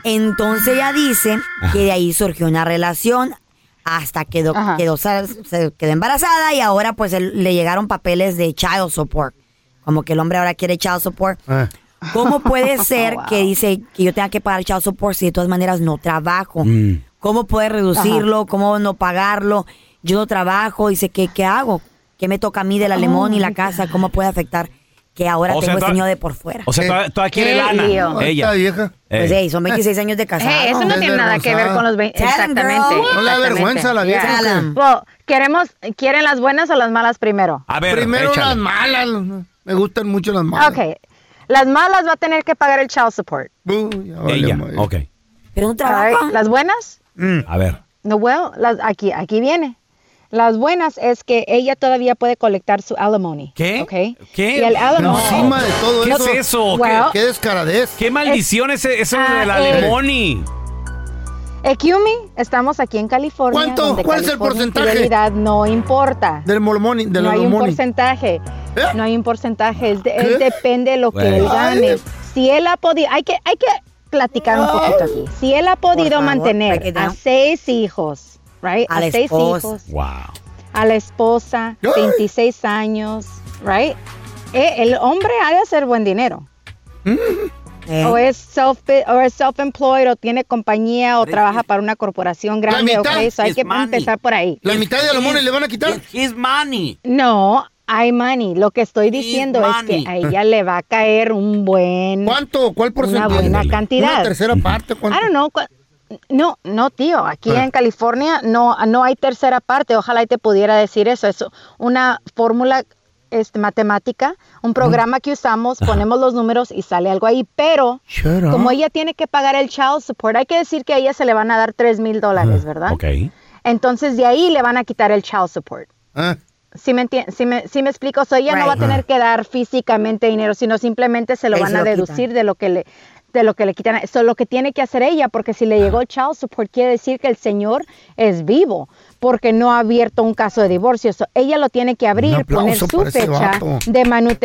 Speaker 4: entonces ella dice que de ahí surgió una relación hasta quedó, quedó, se quedó embarazada y ahora pues él- le llegaron papeles de child support. Como que el hombre ahora quiere child support. ¿Cómo puede ser que dice que yo tenga que pagar child support si de todas maneras no trabajo?
Speaker 1: Mm.
Speaker 4: ¿Cómo poder reducirlo? ¿Cómo no pagarlo? Yo no trabajo. Dice, ¿qué, qué hago? ¿Qué me toca a mí de la limón y
Speaker 14: Oh
Speaker 4: la casa? ¿Cómo puede afectar que ahora
Speaker 1: O sea,
Speaker 4: tengo este
Speaker 1: toda-
Speaker 4: niño de por fuera?
Speaker 1: O sea, toda- toda quiere
Speaker 14: qué
Speaker 1: lana.
Speaker 14: lío.
Speaker 1: Ella.
Speaker 3: Esta vieja.
Speaker 4: Pues,
Speaker 1: Eh.
Speaker 4: ey, son 26 años de casado.
Speaker 14: Hey, eso no tiene nada que ver con los 20.
Speaker 4: Exactamente.
Speaker 14: Exactamente.
Speaker 3: No le da vergüenza a la vieja,
Speaker 14: exactamente.
Speaker 3: ¿o qué?
Speaker 14: Well, queremos, ¿Quieren las buenas o las malas primero?
Speaker 1: A ver,
Speaker 3: Primero
Speaker 1: échale.
Speaker 3: las malas. Me gustan mucho las malas.
Speaker 14: Ok. Las malas va a tener que pagar el child support.
Speaker 3: Uy, ya vale,
Speaker 1: Ella,
Speaker 3: madre.
Speaker 1: ok.
Speaker 4: Pero no
Speaker 14: All right. Las buenas,
Speaker 1: A ver.
Speaker 14: no, well, las, aquí, aquí viene. Las buenas es que ella todavía puede colectar su alimony.
Speaker 1: ¿Qué?
Speaker 14: Ok.
Speaker 1: ¿Qué?
Speaker 14: Y el alimony.
Speaker 3: Encima de todo
Speaker 1: ¿Qué
Speaker 3: eso.
Speaker 1: es eso? ¿Qué-
Speaker 14: Well,
Speaker 3: Qué descaradez.
Speaker 1: ¿Qué maldición es eso de la
Speaker 14: eh.
Speaker 1: limoni?
Speaker 14: Ekiumi, estamos aquí en California.
Speaker 3: ¿Cuánto?
Speaker 14: donde
Speaker 3: ¿Cuál es el
Speaker 14: California
Speaker 3: porcentaje?
Speaker 14: Fidelidad no importa.
Speaker 3: Del mormoni, del
Speaker 14: no hay un
Speaker 3: mormoni.
Speaker 14: porcentaje.
Speaker 3: ¿Eh?
Speaker 14: No hay un porcentaje. Es de- es depende de lo que
Speaker 3: Bueno.
Speaker 14: él gane.
Speaker 3: Ay.
Speaker 14: Si él ha podido, hay que, hay que platicar un poquito aquí. Si él ha podido
Speaker 4: favor,
Speaker 14: mantener
Speaker 4: break it
Speaker 14: a
Speaker 4: down.
Speaker 14: seis hijos, right?
Speaker 4: A la
Speaker 14: seis
Speaker 4: esposa.
Speaker 14: hijos,
Speaker 1: Wow.
Speaker 14: a la esposa, 26 años, right? Eh, el hombre ha de hacer buen dinero.
Speaker 3: Mm.
Speaker 14: O
Speaker 4: Eh.
Speaker 14: es self o es self-employed o tiene compañía o trabaja para una corporación grande,
Speaker 3: mitad
Speaker 14: ok, so hay
Speaker 3: es
Speaker 14: que
Speaker 3: money.
Speaker 14: empezar por ahí.
Speaker 3: La mitad de los monis le van a quitar.
Speaker 1: His money.
Speaker 14: No, hay money. Lo que estoy diciendo es
Speaker 3: money.
Speaker 14: que a ella le va a caer un buen.
Speaker 3: ¿Cuánto? ¿Cuál porcentaje?
Speaker 14: Una buena cantidad.
Speaker 3: Una tercera parte, ¿cuánto?
Speaker 14: I don't know, cua- No, no, tío. Aquí
Speaker 3: Ah.
Speaker 14: en California no, no hay tercera parte. Ojalá y te pudiera decir eso. Es una fórmula este, matemática, un programa que usamos, ponemos los números y sale algo ahí. Pero
Speaker 15: Shut up.
Speaker 14: como ella tiene que pagar el child support, hay que decir que a ella se le van a dar 3 mil dólares, ¿verdad?
Speaker 15: Ok.
Speaker 14: Entonces de ahí le van a quitar el child support.
Speaker 3: Ah.
Speaker 14: Si me, entien- sí me, sí me explico, o sea, ella no va a
Speaker 15: Right.
Speaker 14: tener que dar físicamente dinero, sino simplemente se lo
Speaker 15: Ahí
Speaker 14: van
Speaker 15: se
Speaker 14: a
Speaker 15: lo
Speaker 14: deducir de lo que le de lo que le quitan. Eso es lo que tiene que hacer ella, porque si le
Speaker 15: Ah.
Speaker 14: llegó el child support, quiere decir que el señor es vivo, porque no ha abierto un caso de divorcio. So, ella lo tiene que abrir, poner
Speaker 15: aplauso
Speaker 14: su
Speaker 15: para ese
Speaker 14: fecha
Speaker 15: vato.
Speaker 14: de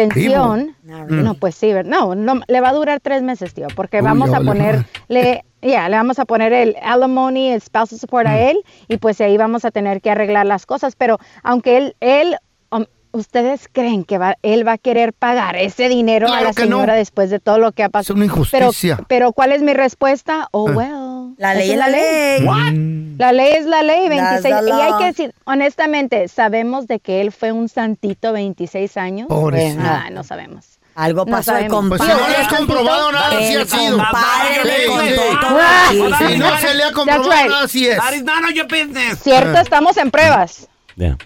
Speaker 14: manutención.
Speaker 15: Vivo.
Speaker 14: No, pues sí, ver- no, no, le va a durar tres meses, tío, porque
Speaker 15: Uy,
Speaker 14: vamos a
Speaker 15: ole.
Speaker 14: ponerle, ya, le vamos a poner el alimony, el spousal support
Speaker 15: Mm.
Speaker 14: a él, y pues ahí vamos a tener que arreglar las cosas. Pero aunque él, él, um, ustedes creen que va, él va a querer pagar ese dinero a
Speaker 15: Claro
Speaker 14: la
Speaker 15: que no.
Speaker 14: señora después de todo lo que ha pasado.
Speaker 15: Es una injusticia.
Speaker 14: Pero, pero ¿cuál es mi respuesta? Oh,
Speaker 15: Ah.
Speaker 14: well.
Speaker 4: La
Speaker 14: esa Mm.
Speaker 4: ley es la ley. What?
Speaker 14: La ley es la
Speaker 4: That's
Speaker 14: ley, 26.
Speaker 4: the
Speaker 14: Y hay
Speaker 4: law.
Speaker 14: que decir, honestamente, sabemos de que él fue un santito 26 años.
Speaker 4: Pobrecito.
Speaker 14: Pues nada, no sabemos.
Speaker 4: Algo
Speaker 14: No
Speaker 4: pasó el
Speaker 14: sabemos.
Speaker 4: compadre.
Speaker 14: Pues si no le has
Speaker 3: comprobado nada, sí
Speaker 4: El
Speaker 3: ha sido.
Speaker 4: compadre le
Speaker 3: Sí,
Speaker 4: contó
Speaker 3: sí.
Speaker 4: todo
Speaker 3: Ah,
Speaker 4: el chisme.
Speaker 3: si no se le ha comprobado
Speaker 14: That's right.
Speaker 3: nada, sí es. Eh.
Speaker 14: That is
Speaker 3: none of your business.
Speaker 14: Cierto, estamos en pruebas.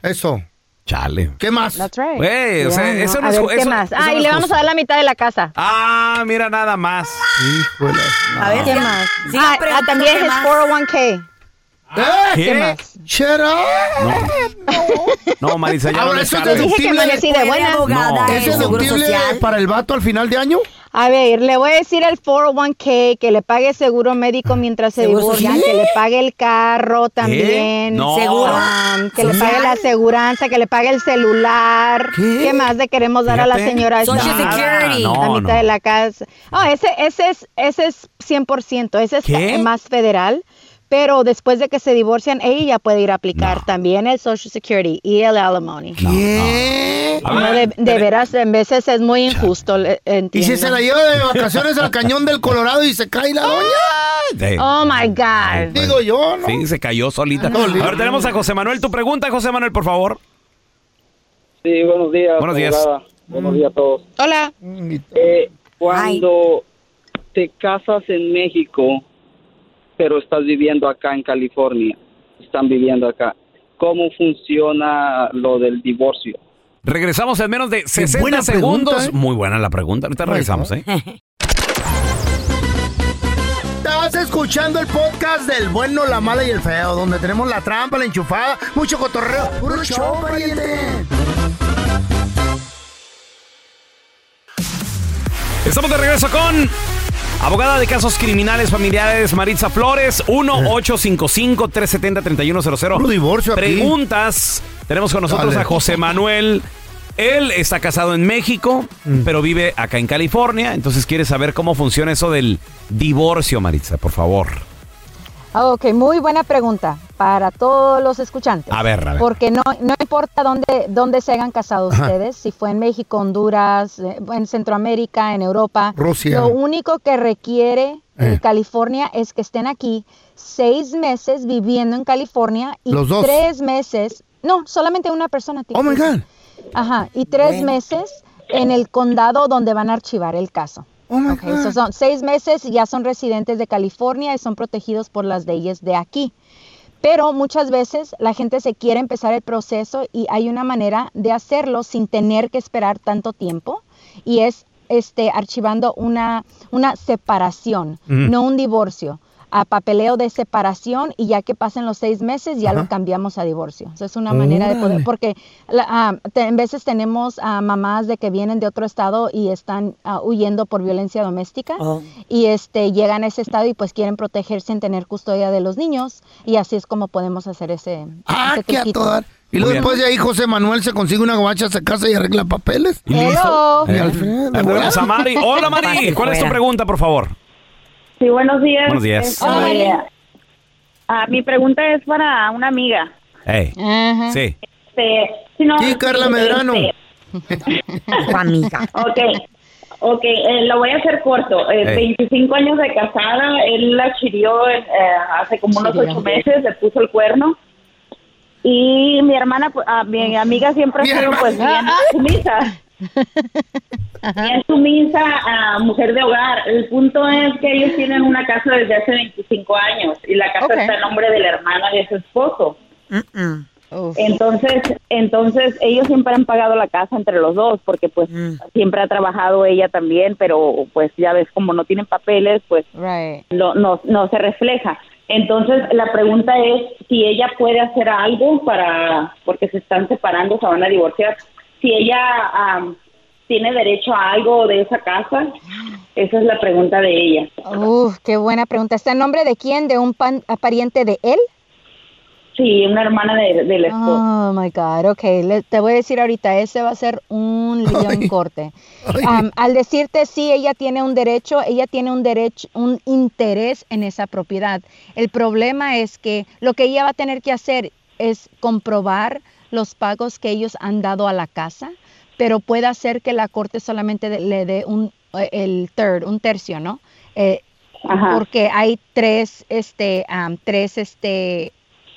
Speaker 3: Eso.
Speaker 1: Chale.
Speaker 3: ¿Qué más?
Speaker 14: That's right.
Speaker 1: Güey, o sea,
Speaker 14: Ya,
Speaker 1: eso
Speaker 14: no.
Speaker 1: no
Speaker 14: a
Speaker 1: es
Speaker 14: ver,
Speaker 1: ju-
Speaker 14: ¿qué
Speaker 1: eso-
Speaker 14: más?
Speaker 1: eso
Speaker 14: Ah,
Speaker 1: no
Speaker 14: y
Speaker 1: es
Speaker 14: le vamos
Speaker 1: justo.
Speaker 14: a dar la mitad de la casa.
Speaker 1: Ah, mira nada más. Híjole.
Speaker 14: A ver, ¿qué más?
Speaker 4: Siga
Speaker 14: Ah, ah,
Speaker 4: preguntando
Speaker 14: también
Speaker 4: qué
Speaker 14: es
Speaker 4: más.
Speaker 14: 401k.
Speaker 3: Ah,
Speaker 1: ¿Qué?
Speaker 14: más?
Speaker 1: No, Marisa, ya
Speaker 3: Ahora,
Speaker 1: no
Speaker 3: Ah, ¿eso es
Speaker 1: le cabe.
Speaker 14: Dije que
Speaker 3: deductible?
Speaker 14: amanecí de buena.
Speaker 1: abogada
Speaker 3: ¿Es
Speaker 1: en el Seguro
Speaker 3: deductible
Speaker 1: Social.
Speaker 3: para el vato al final de año?
Speaker 14: A ver, le voy a decir al 401k que le pague seguro médico mientras se
Speaker 3: ¿Seguro
Speaker 14: divorcia,
Speaker 3: social?
Speaker 14: que le pague el carro también,
Speaker 15: No.
Speaker 4: Seguro
Speaker 14: um, que le
Speaker 4: social.
Speaker 14: pague la aseguranza, que le pague el celular. ¿Qué, más le queremos dar a la
Speaker 15: Fíjate.
Speaker 14: señora? esta?
Speaker 15: Social Security.
Speaker 14: La
Speaker 15: No,
Speaker 14: mitad
Speaker 15: no.
Speaker 14: de la casa. Oh, ese, ese, es, ese es 100%, ese es
Speaker 15: ¿Qué?
Speaker 14: más federal. Pero después de que se divorcian, ella puede ir a aplicar también el Social Security y el alimony.
Speaker 3: Eh. Ah,
Speaker 14: No, de, de veras, en veces es muy injusto. le- eh,
Speaker 3: ¿Y si se
Speaker 14: entiendo.
Speaker 3: la lleva de vacaciones al cañón del Colorado y se cae la doña?
Speaker 1: Sí.
Speaker 14: Oh my God.
Speaker 3: Digo yo, ¿no?
Speaker 1: Sí, se cayó solita.
Speaker 3: Ah, No,
Speaker 1: a ver, tenemos a José Manuel. Tu pregunta, José Manuel, por favor.
Speaker 16: Sí, buenos días.
Speaker 1: Buenos días.
Speaker 16: abogada. Buenos días a todos.
Speaker 14: Hola.
Speaker 16: Eh, cuando te casas en México, pero estás viviendo acá en California, están viviendo acá, ¿cómo funciona lo del divorcio?
Speaker 1: Regresamos en menos de 60
Speaker 16: buena
Speaker 1: segundos.
Speaker 16: pregunta, ¿eh?
Speaker 1: Muy buena la pregunta. Ahorita regresamos, ¿eh?
Speaker 3: Estás escuchando el podcast del bueno, la mala y el feo, donde tenemos la trampa, la enchufada, mucho cotorreo. ¡Puro show, pariente!
Speaker 1: Estamos de regreso con abogada de casos criminales familiares Maritza Flores, 1-855-370-3100.
Speaker 3: Puro divorcio aquí.
Speaker 1: Preguntas. Tenemos con nosotros
Speaker 3: Dale.
Speaker 1: a José Manuel. Él está casado en México,
Speaker 3: Mm.
Speaker 1: pero vive acá en California. Entonces quiere saber cómo funciona eso del divorcio, Maritza, por favor.
Speaker 14: Ah, Ok, muy buena pregunta para todos los escuchantes.
Speaker 1: A ver, a ver.
Speaker 14: Porque no, no importa dónde, dónde se hayan casado
Speaker 1: Ajá.
Speaker 14: ustedes, si fue en México, Honduras, eh, en Centroamérica, en Europa.
Speaker 15: Rusia.
Speaker 14: Lo único que requiere eh,
Speaker 15: Eh.
Speaker 14: California es que estén aquí seis meses viviendo en California y
Speaker 15: Los dos.
Speaker 14: tres meses. No, solamente una persona. Oh my God. Ajá, y tres
Speaker 15: Bueno.
Speaker 14: meses en el condado donde van a archivar el caso. Ok,
Speaker 15: God.
Speaker 14: so son seis meses, y ya son residentes de California y son protegidos por las leyes de aquí. Pero muchas veces la gente se quiere empezar el proceso y hay una manera de hacerlo sin tener que esperar tanto tiempo y es este, archivando una, una separación,
Speaker 15: Mm.
Speaker 14: no un divorcio. A papeleo de separación y ya que pasen los seis meses ya lo cambiamos a divorcio. Eso es una manera de poder,
Speaker 15: Órale.
Speaker 14: porque la- ah, te- en veces tenemos a mamás de que vienen de otro estado y están ah, huyendo por violencia doméstica
Speaker 3: Oh.
Speaker 15: Ah.
Speaker 14: y este llegan a ese estado y pues quieren protegerse en tener custodia de los niños y así es como podemos hacer ese
Speaker 3: ¡Ah,
Speaker 14: ese
Speaker 3: qué a
Speaker 14: truquito.
Speaker 3: toda- Y
Speaker 1: Muy
Speaker 3: luego
Speaker 1: bien.
Speaker 3: Pues después de ahí José Manuel se consigue una guacha, se casa y arregla papeles.
Speaker 1: Y listo.
Speaker 3: Y
Speaker 1: Eh.
Speaker 3: al fin-
Speaker 1: Ahí tenemos a Mari. Hola, Mari. ¿Cuál es tu pregunta, por favor?
Speaker 12: Sí, buenos días.
Speaker 1: Buenos días.
Speaker 12: Este, ah, mi pregunta es para una amiga.
Speaker 1: Hey. Sí.
Speaker 12: Este, si no-
Speaker 3: Sí, Carla Medrano.
Speaker 12: Este,
Speaker 4: amiga.
Speaker 12: Ok, ok, eh, lo voy a hacer corto. Eh,
Speaker 15: Ey.
Speaker 12: 25 años de casada, él la chirió eh, hace como unos
Speaker 15: Chirió.
Speaker 12: ocho meses, le puso el cuerno. Y mi hermana, pues, ah, mi amiga siempre ha
Speaker 13: Mi
Speaker 12: sido
Speaker 13: hermana.
Speaker 12: pues bien sumisa. Bien sumisa a mujer de hogar. El punto es que ellos tienen una casa desde hace 25 años y la casa
Speaker 13: Ok.
Speaker 12: está a nombre de la hermana de su esposo. Entonces, entonces ellos siempre han pagado la casa entre los dos, porque pues siempre ha trabajado ella también, pero pues ya ves como no tienen papeles, pues no, no, no se refleja. Entonces la pregunta es si ella puede hacer algo para, porque se están separando, se van a divorciar, si ella am, tiene derecho a algo de esa casa, esa es la pregunta de ella.
Speaker 14: Uf, qué buena pregunta. ¿Está en nombre de quién? ¿De un pan- a pariente de él?
Speaker 12: Sí, una hermana de, de la esposa.
Speaker 14: Oh my God, ok. Le- te voy a decir ahorita, ese va a ser un león corte. Am, al decirte sí, ella tiene un derecho, ella tiene un derecho, un interés en esa propiedad. El problema es que lo que ella va a tener que hacer es comprobar los pagos que ellos han dado a la casa, pero puede hacer que la corte solamente de- le dé un eh, el third, un tercio, ¿no? Eh,
Speaker 12: Ajá.
Speaker 14: porque hay tres, este, am, tres, este,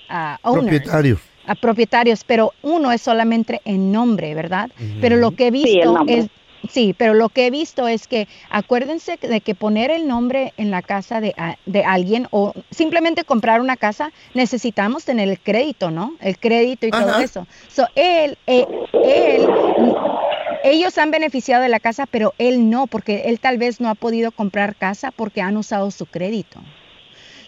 Speaker 14: ah, owners
Speaker 3: Propietario.
Speaker 14: a propietarios, pero uno es solamente en nombre, ¿verdad? Pero lo que he
Speaker 12: Sí, el
Speaker 14: visto
Speaker 12: nombre.
Speaker 14: es sí, pero lo que he visto es que acuérdense de que poner el nombre en la casa de, a- de alguien o simplemente comprar una casa, necesitamos tener el crédito, ¿no? El crédito y todo
Speaker 13: Ajá.
Speaker 14: eso. So, él, eh, él, ellos han beneficiado de la casa, pero él no, porque él tal vez no ha podido comprar casa porque han usado su crédito.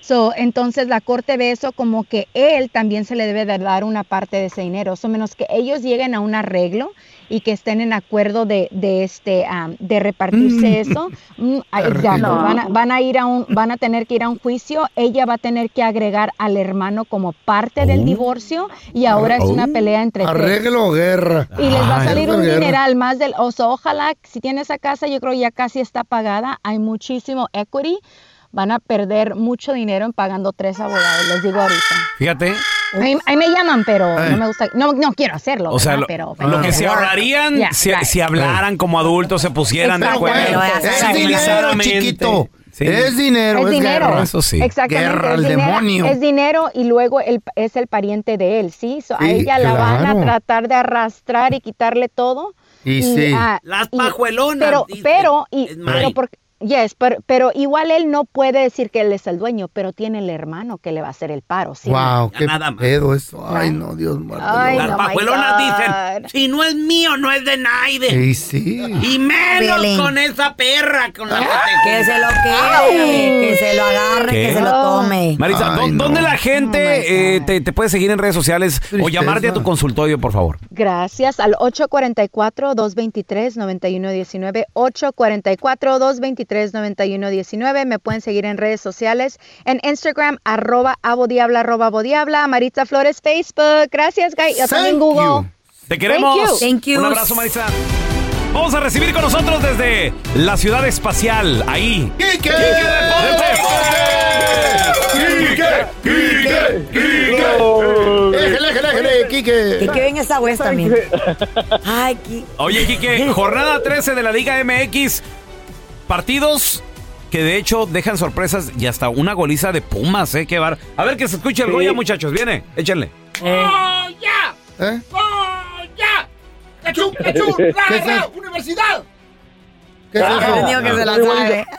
Speaker 14: So, entonces la corte ve eso como que él también se le debe de dar una parte de ese dinero, o menos que ellos lleguen a un arreglo y que estén en acuerdo de, de este am, de repartirse
Speaker 13: Mm.
Speaker 14: eso. Mm, ah, exacto.
Speaker 13: No.
Speaker 14: Van, a, van a ir a un, van a tener que ir a un juicio. Ella va a tener que agregar al hermano como parte del divorcio y ahora es una
Speaker 3: Oh.
Speaker 14: pelea entre tres.
Speaker 3: Arreglo o guerra.
Speaker 14: Y les va a
Speaker 3: Ah,
Speaker 14: salir
Speaker 3: arreglo
Speaker 14: un
Speaker 3: o guerra.
Speaker 14: dineral más del oso. Ojalá, si tiene esa casa, yo creo ya casi está pagada. Hay muchísimo equity. Van a perder mucho dinero en pagando tres abogados, les digo ahorita.
Speaker 1: Fíjate.
Speaker 14: Ahí, ahí me llaman, pero
Speaker 1: Eh.
Speaker 14: no me gusta. No, no quiero hacerlo.
Speaker 1: O sea,
Speaker 14: ¿verdad?
Speaker 1: lo,
Speaker 14: pero,
Speaker 1: lo que se ahorrarían
Speaker 14: Yeah,
Speaker 1: si,
Speaker 14: right.
Speaker 1: si hablaran como adultos, se pusieran de
Speaker 14: Exacto.
Speaker 1: acuerdo.
Speaker 14: Pero es dinero,
Speaker 1: civilizadamente.
Speaker 3: chiquito.
Speaker 1: Sí.
Speaker 3: Es dinero, es, guerra.
Speaker 1: Eso sí.
Speaker 14: Exactamente. es, dinero, es dinero y luego el- es el pariente de él, ¿sí? So, a
Speaker 3: Sí,
Speaker 14: ella la van
Speaker 3: claro.
Speaker 14: a tratar de arrastrar y quitarle todo.
Speaker 3: Y sí.
Speaker 14: Las pajuelonas. Pero, pero, y,
Speaker 3: Mari.
Speaker 14: pero, porque- yes, pero, pero igual él no puede decir que él es el dueño, pero tiene el hermano que le va a hacer el paro, ¿sí?
Speaker 3: Wow, qué pedo eso. Ay, no, Dios mío.
Speaker 14: Ay, no, Oh my
Speaker 1: pajuelonas
Speaker 14: God.
Speaker 1: Si no es mío, no es de nadie.
Speaker 3: Y sí.
Speaker 1: Y menos con esa perra con la que
Speaker 4: Que se lo quede, que se lo agarre,
Speaker 1: ¿Qué?
Speaker 4: que se lo
Speaker 14: Oh.
Speaker 4: tome.
Speaker 1: Marisa, ¿dó- ¿dónde la gente eh, te, te puede seguir en redes sociales o llamarte a tu consultorio, por favor?
Speaker 14: Gracias al 844-223-9119, 844-223-9119. Me pueden seguir en redes sociales, en Instagram, arroba abodiabla, arroba abodiabla, Maritza Flores, Facebook. Gracias, Guy. Yo también Google.
Speaker 1: Te queremos.
Speaker 14: Thank you.
Speaker 1: Un abrazo, Marisa. Vamos a recibir con nosotros desde la ciudad espacial, ahí.
Speaker 3: ¡Quique!
Speaker 1: ¡Quique!
Speaker 3: Éjele, éjele, éjele, Quique.
Speaker 4: Y que venga esta West también. Ay, qui-
Speaker 1: Oye, Quique, jornada 13 de la Liga MX. Partidos que de hecho dejan sorpresas y hasta una goliza de Pumas, ¿eh? Qué bar... A ver que se escuche el
Speaker 17: Sí.
Speaker 1: Goya, muchachos. Viene, échenle.
Speaker 14: Eh.
Speaker 17: ¡Oh, ya!
Speaker 3: ¿Eh?
Speaker 17: ¡Oh, ya! ¡Cachum, cachum!
Speaker 1: ¿Qué
Speaker 17: ¡La,
Speaker 1: es
Speaker 17: la, universidad!
Speaker 3: ¿Qué
Speaker 17: es eso?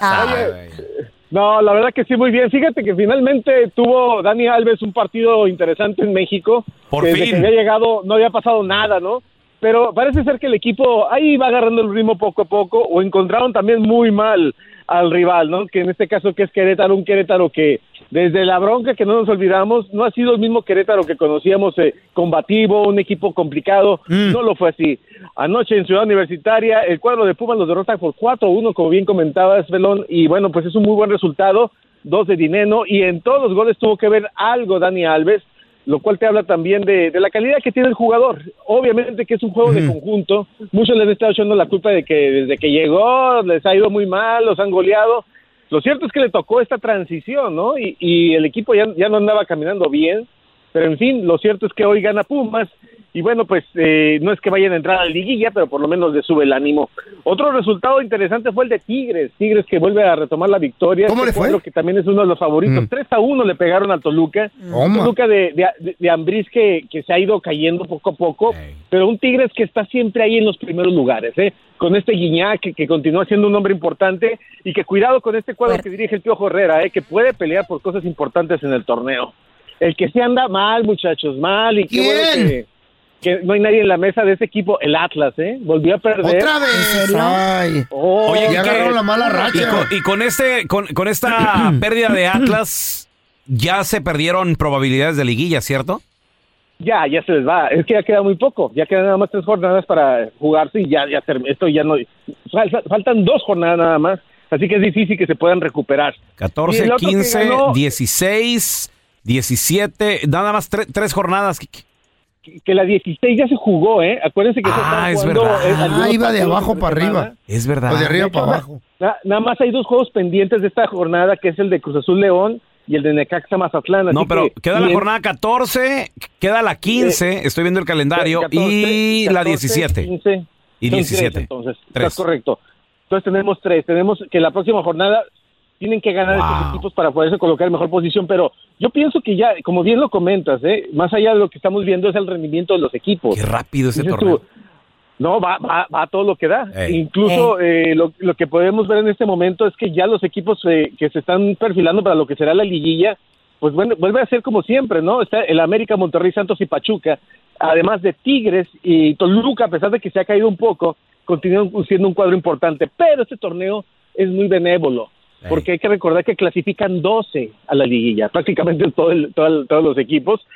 Speaker 18: Ah, Muy bonito. No, la verdad que sí, muy bien. Fíjate que finalmente tuvo Dani Alves un partido interesante en México.
Speaker 1: Por
Speaker 18: que desde
Speaker 1: fin.
Speaker 18: que había llegado no había pasado nada, ¿no? Pero parece ser que el equipo ahí va agarrando el ritmo poco a poco o encontraron también muy mal al rival, ¿no? Que en este caso que es Querétaro, un Querétaro que desde la bronca que no nos olvidamos, no ha sido el mismo Querétaro que conocíamos, eh, combativo, un equipo complicado, no lo fue así. Anoche en Ciudad Universitaria, el cuadro de Pumas los derrota por 4-1, como bien comentabas, Belón, y bueno, pues es un muy buen resultado, dos de Dineno, y en todos los goles tuvo que ver algo Dani Alves, lo cual te habla también de, de la calidad que tiene el jugador. Obviamente que es un juego de conjunto, muchos les han estado echando la culpa de que desde que llegó les ha ido muy mal, los han goleado, lo cierto es que le tocó esta transición, ¿no? Y, y el equipo ya, ya no andaba caminando bien, pero en fin, lo cierto es que hoy gana Pumas Y bueno, pues eh, no es que vayan a entrar a la liguilla, pero por lo menos les sube el ánimo. Otro resultado interesante fue el de Tigres. Tigres que vuelve a retomar la victoria. Este
Speaker 3: ¿Cómo le fue?
Speaker 18: Que también es uno de los favoritos.
Speaker 3: Mm.
Speaker 18: 3 a 1 le pegaron a Toluca.
Speaker 3: Toma.
Speaker 18: Toluca de, de, de- de Ambriz que, que se ha ido cayendo poco a poco, pero un Tigres que está siempre ahí en los primeros lugares. ¿eh? Con este Guiñac que, que continúa siendo un hombre importante y que cuidado con este cuadro que dirige el Piojo Herrera, ¿eh? que puede pelear por cosas importantes en el torneo. El que se anda mal, muchachos, mal. Y qué bueno
Speaker 3: ¿Quién?
Speaker 18: que- que no hay nadie en la mesa de ese equipo, el Atlas, ¿eh? Volvió a perder.
Speaker 3: ¿Otra vez? Ay.
Speaker 18: Oh,
Speaker 3: Oye,
Speaker 18: ¿qué?
Speaker 3: ya agarraron la mala
Speaker 1: Eh, Y
Speaker 3: racha.
Speaker 1: con, y con este, con, con
Speaker 18: Ah.
Speaker 1: esta pérdida de Atlas, ya se perdieron probabilidades de liguilla, ¿cierto?
Speaker 18: Ya, ya se les va. Es que ya queda muy poco. Ya quedan nada más tres jornadas para jugarse y ya, ya term- esto ya no. fal- fal- Faltan dos jornadas nada más. Así que es difícil que se puedan recuperar.
Speaker 1: 14,
Speaker 18: Y el otro que
Speaker 1: 15,
Speaker 18: ganó-
Speaker 1: 16, 17, nada más tre- tres jornadas.
Speaker 18: Que la 16 ya se jugó, ¿eh? Acuérdense que se
Speaker 1: Ah,
Speaker 18: están
Speaker 1: es
Speaker 18: jugando,
Speaker 1: verdad.
Speaker 18: eh, algunos partidos entre semana.
Speaker 1: Es verdad.
Speaker 3: Pues
Speaker 18: De hecho, na- na- nada más hay dos juegos pendientes de esta jornada, que es el de Cruz Azul León y el de Necaxa Mazatlán.
Speaker 1: No,
Speaker 18: así
Speaker 1: pero
Speaker 18: que-
Speaker 1: queda la
Speaker 18: y-
Speaker 1: jornada 14, queda
Speaker 18: Eh,
Speaker 1: la 15, estoy viendo el calendario, y la 17.
Speaker 18: 15,
Speaker 1: Y
Speaker 18: son
Speaker 1: 17.
Speaker 18: tres, entonces,
Speaker 1: Tres.
Speaker 18: estás correcto. Entonces tenemos tres. Tenemos que la próxima jornada tienen que ganar estos equipos para poderse colocar en mejor posición. Pero yo pienso que ya, como bien lo comentas, ¿eh? más allá de lo que estamos viendo es el rendimiento de los equipos. Qué
Speaker 1: rápido
Speaker 18: ese torneo. no, va, va, va a todo lo que da. Incluso eh, lo, lo que podemos ver en este momento es que ya los equipos eh, que se están perfilando para lo que será la liguilla, pues bueno, vuelve a ser como siempre, ¿no? Está el América, Monterrey, Santos y Pachuca, además de Tigres y Toluca, a pesar de que se ha caído un poco, continúan siendo un cuadro importante, pero este torneo es muy benévolo, porque hay que recordar que clasifican 12 a la liguilla, prácticamente todo el- todo el- todos los equipos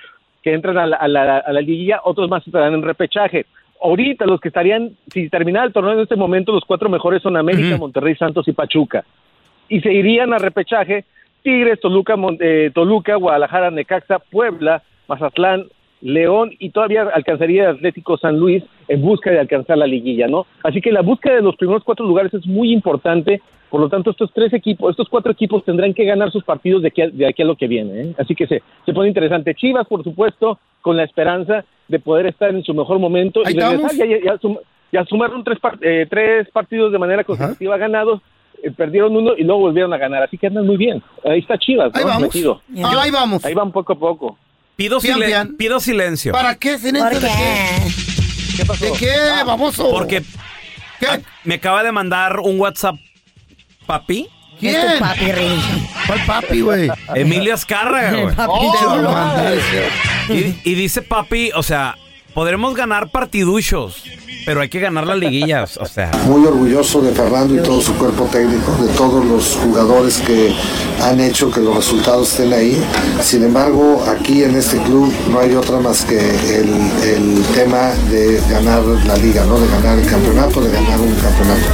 Speaker 18: que entran a la, a la- a la liguilla, otros más estarán en repechaje. Ahorita los que estarían, si terminara el torneo en este momento, los cuatro mejores son América, Monterrey, Santos y Pachuca. Y se irían a repechaje Tigres, Toluca, Mon- eh, Toluca, Guadalajara, Necaxa, Puebla, Mazatlán, León y todavía alcanzaría el Atlético San Luis en busca de alcanzar la liguilla, ¿no? Así que la búsqueda de los primeros cuatro lugares es muy importante. Por lo tanto, estos tres equipos, estos cuatro equipos tendrán que ganar sus partidos de aquí a, de aquí a lo que viene. ¿eh? Así que se, se pone interesante. Chivas, por supuesto, con la esperanza de poder estar en su mejor momento
Speaker 3: Ahí
Speaker 18: y regresar.
Speaker 3: estamos.
Speaker 18: Ya, ya- ya sum- ya sumaron tres, par- eh, tres partidos de manera consecutiva ganados, eh, perdieron uno y luego volvieron a ganar. Así que andan muy bien. Ahí está Chivas.
Speaker 3: Ahí
Speaker 18: ¿no?
Speaker 3: vamos.
Speaker 18: Metido.
Speaker 3: Ah, ahí vamos.
Speaker 18: Ahí van poco a poco.
Speaker 1: Pido,
Speaker 3: Pian,
Speaker 1: silen-
Speaker 3: pian.
Speaker 1: pido silencio.
Speaker 3: ¿Para qué? ¿Sin esto de qué? ¿De qué,
Speaker 1: Ah,
Speaker 3: baboso?
Speaker 1: Porque a- me acaba de mandar un WhatsApp, papi.
Speaker 3: ¿Quién? Es tu papi, ¿Cuál papi, güey?
Speaker 1: Emilia Azcárraga, güey.
Speaker 3: Papi de
Speaker 1: Oh,
Speaker 3: Lolo.
Speaker 1: y, y dice papi, o sea, podremos ganar partiduchos, pero hay que ganar las liguillas, o sea.
Speaker 19: Muy orgulloso de Fernando y todo su cuerpo técnico, de todos los jugadores que han hecho que los resultados estén ahí. Sin embargo, aquí en este club no hay otra más que el, el tema de ganar la liga, ¿no? de ganar el campeonato, de ganar un campeonato.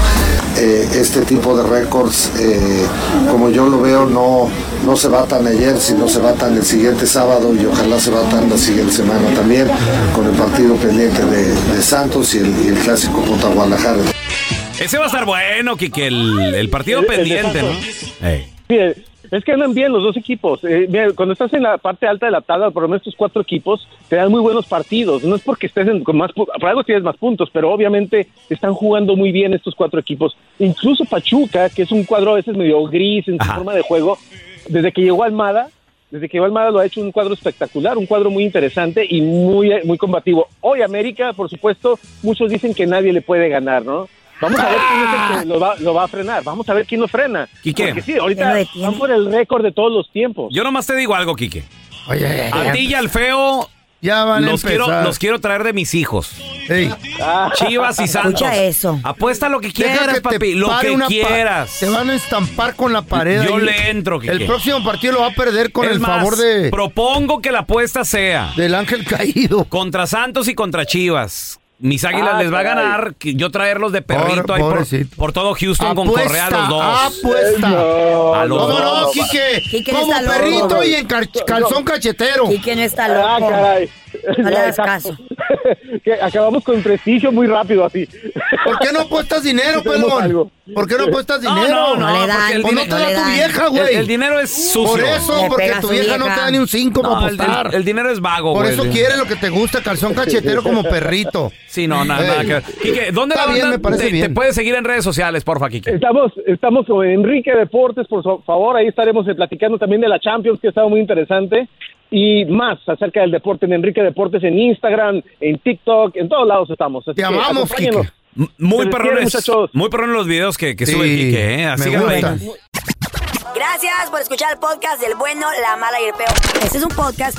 Speaker 19: Eh, este tipo de récords, eh, como yo lo veo, no, no se batan ayer, sino se batan el siguiente sábado y ojalá se batan la siguiente semana también, con el partido pendiente de, de Santos y el, y el clásico contra Guadalajara.
Speaker 1: Ese va a estar bueno, Kike, el, el partido
Speaker 18: El- el
Speaker 1: pendiente, ¿no?
Speaker 18: descanso. Mire, es que andan bien los dos equipos. Eh, mira, cuando estás en la parte alta de la tabla, por lo menos estos cuatro equipos te dan muy buenos partidos. No es porque estés en- con más, pu- por algo tienes más puntos, pero obviamente están jugando muy bien estos cuatro equipos. Incluso Pachuca, que es un cuadro a veces medio gris en su forma de juego, desde que llegó Almada, desde que llegó Almada lo ha hecho un cuadro espectacular, un cuadro muy interesante y muy, muy combativo. Hoy América, por supuesto, muchos dicen que nadie le puede ganar, ¿no? Vamos a ver quién es el que lo va, lo va a frenar. Vamos a ver quién lo frena.
Speaker 1: Quique.
Speaker 18: Porque sí, ahorita van por el récord de todos los tiempos.
Speaker 1: Yo nomás te digo algo, Kike. a ti y al feo
Speaker 3: ya van a
Speaker 1: los quiero,
Speaker 3: empezar.
Speaker 1: los quiero traer de mis hijos. Chivas y Santos.
Speaker 3: Escucha eso.
Speaker 1: Apuesta lo que
Speaker 3: Deja
Speaker 1: quieras,
Speaker 3: que te
Speaker 1: papi. Lo
Speaker 3: pare
Speaker 1: que
Speaker 3: una pa-
Speaker 1: quieras.
Speaker 3: Te van a estampar con la pared.
Speaker 1: Yo
Speaker 3: ahí.
Speaker 1: le entro, Quique.
Speaker 3: El próximo partido lo va a perder con
Speaker 1: Es
Speaker 3: el
Speaker 1: más,
Speaker 3: favor de...
Speaker 1: Propongo que la apuesta sea.
Speaker 3: Del ángel caído.
Speaker 1: Contra Santos y contra Chivas. Mis águilas
Speaker 3: Ah,
Speaker 1: les va a
Speaker 3: caray.
Speaker 1: ganar. que Yo traerlos de perrito
Speaker 3: Pobre-
Speaker 1: ahí por- por,
Speaker 3: pobrecito.
Speaker 1: todo Houston con
Speaker 3: Apuesta,
Speaker 1: Correa a los dos.
Speaker 3: apuesta.
Speaker 1: a los
Speaker 3: ¿Cómo
Speaker 1: dos.
Speaker 3: no, Quique?
Speaker 4: Quique no
Speaker 3: Como
Speaker 4: está loco.
Speaker 3: perrito y en car- calzón cachetero.
Speaker 4: Quique no está loco.
Speaker 3: caray.
Speaker 4: No le hagas
Speaker 18: Exacto. Que acabamos con prestigio muy rápido así.
Speaker 3: ¿Por qué no apuestas dinero,
Speaker 18: Hacemos
Speaker 3: pelón?
Speaker 18: algo.
Speaker 3: ¿Por qué no apuestas
Speaker 18: No,
Speaker 3: dinero?
Speaker 18: no, no, No le dan, porque el
Speaker 3: Pues no
Speaker 18: dinero-
Speaker 3: te
Speaker 18: no
Speaker 3: da
Speaker 18: le
Speaker 3: tu
Speaker 18: dan.
Speaker 3: vieja, güey.
Speaker 18: El- el dinero es sucio.
Speaker 3: Por eso,
Speaker 18: Le
Speaker 3: porque
Speaker 18: pega a
Speaker 3: tu
Speaker 18: su
Speaker 3: vieja no te
Speaker 18: vieja.
Speaker 3: da ni un cinco
Speaker 1: No,
Speaker 3: para
Speaker 1: el di-
Speaker 3: apostar.
Speaker 1: El, dinero es vago,
Speaker 3: Por
Speaker 1: güey.
Speaker 3: eso quiere lo que te gusta, calzón cachetero como perrito.
Speaker 1: Sí, no, nada, nada
Speaker 3: Ey.
Speaker 1: que ver. Quique, ¿dónde
Speaker 3: Está
Speaker 1: la
Speaker 3: bien,
Speaker 1: banda
Speaker 3: me parece
Speaker 1: te,
Speaker 3: bien.
Speaker 1: te puedes seguir en redes sociales, porfa, Quique?
Speaker 18: Estamos, estamos con Enrique Deportes, por so- favor, ahí estaremos eh, platicando también de la Champions, que ha estado muy interesante, y más acerca del deporte en Enrique Deportes, en Instagram, en TikTok, en todos lados estamos. Así
Speaker 1: Te
Speaker 18: que
Speaker 1: amamos,
Speaker 18: acompáñenos.
Speaker 1: M- Muy
Speaker 18: Se les quiere,
Speaker 1: perrones.
Speaker 18: muchachos.
Speaker 1: Muy perrones los videos que, que
Speaker 3: Sí,
Speaker 1: sube el Quique, ¿eh?
Speaker 3: me
Speaker 1: Así que ahí.
Speaker 3: gustan.
Speaker 4: Gracias por escuchar el podcast del bueno, la mala y el peor. Este es un podcast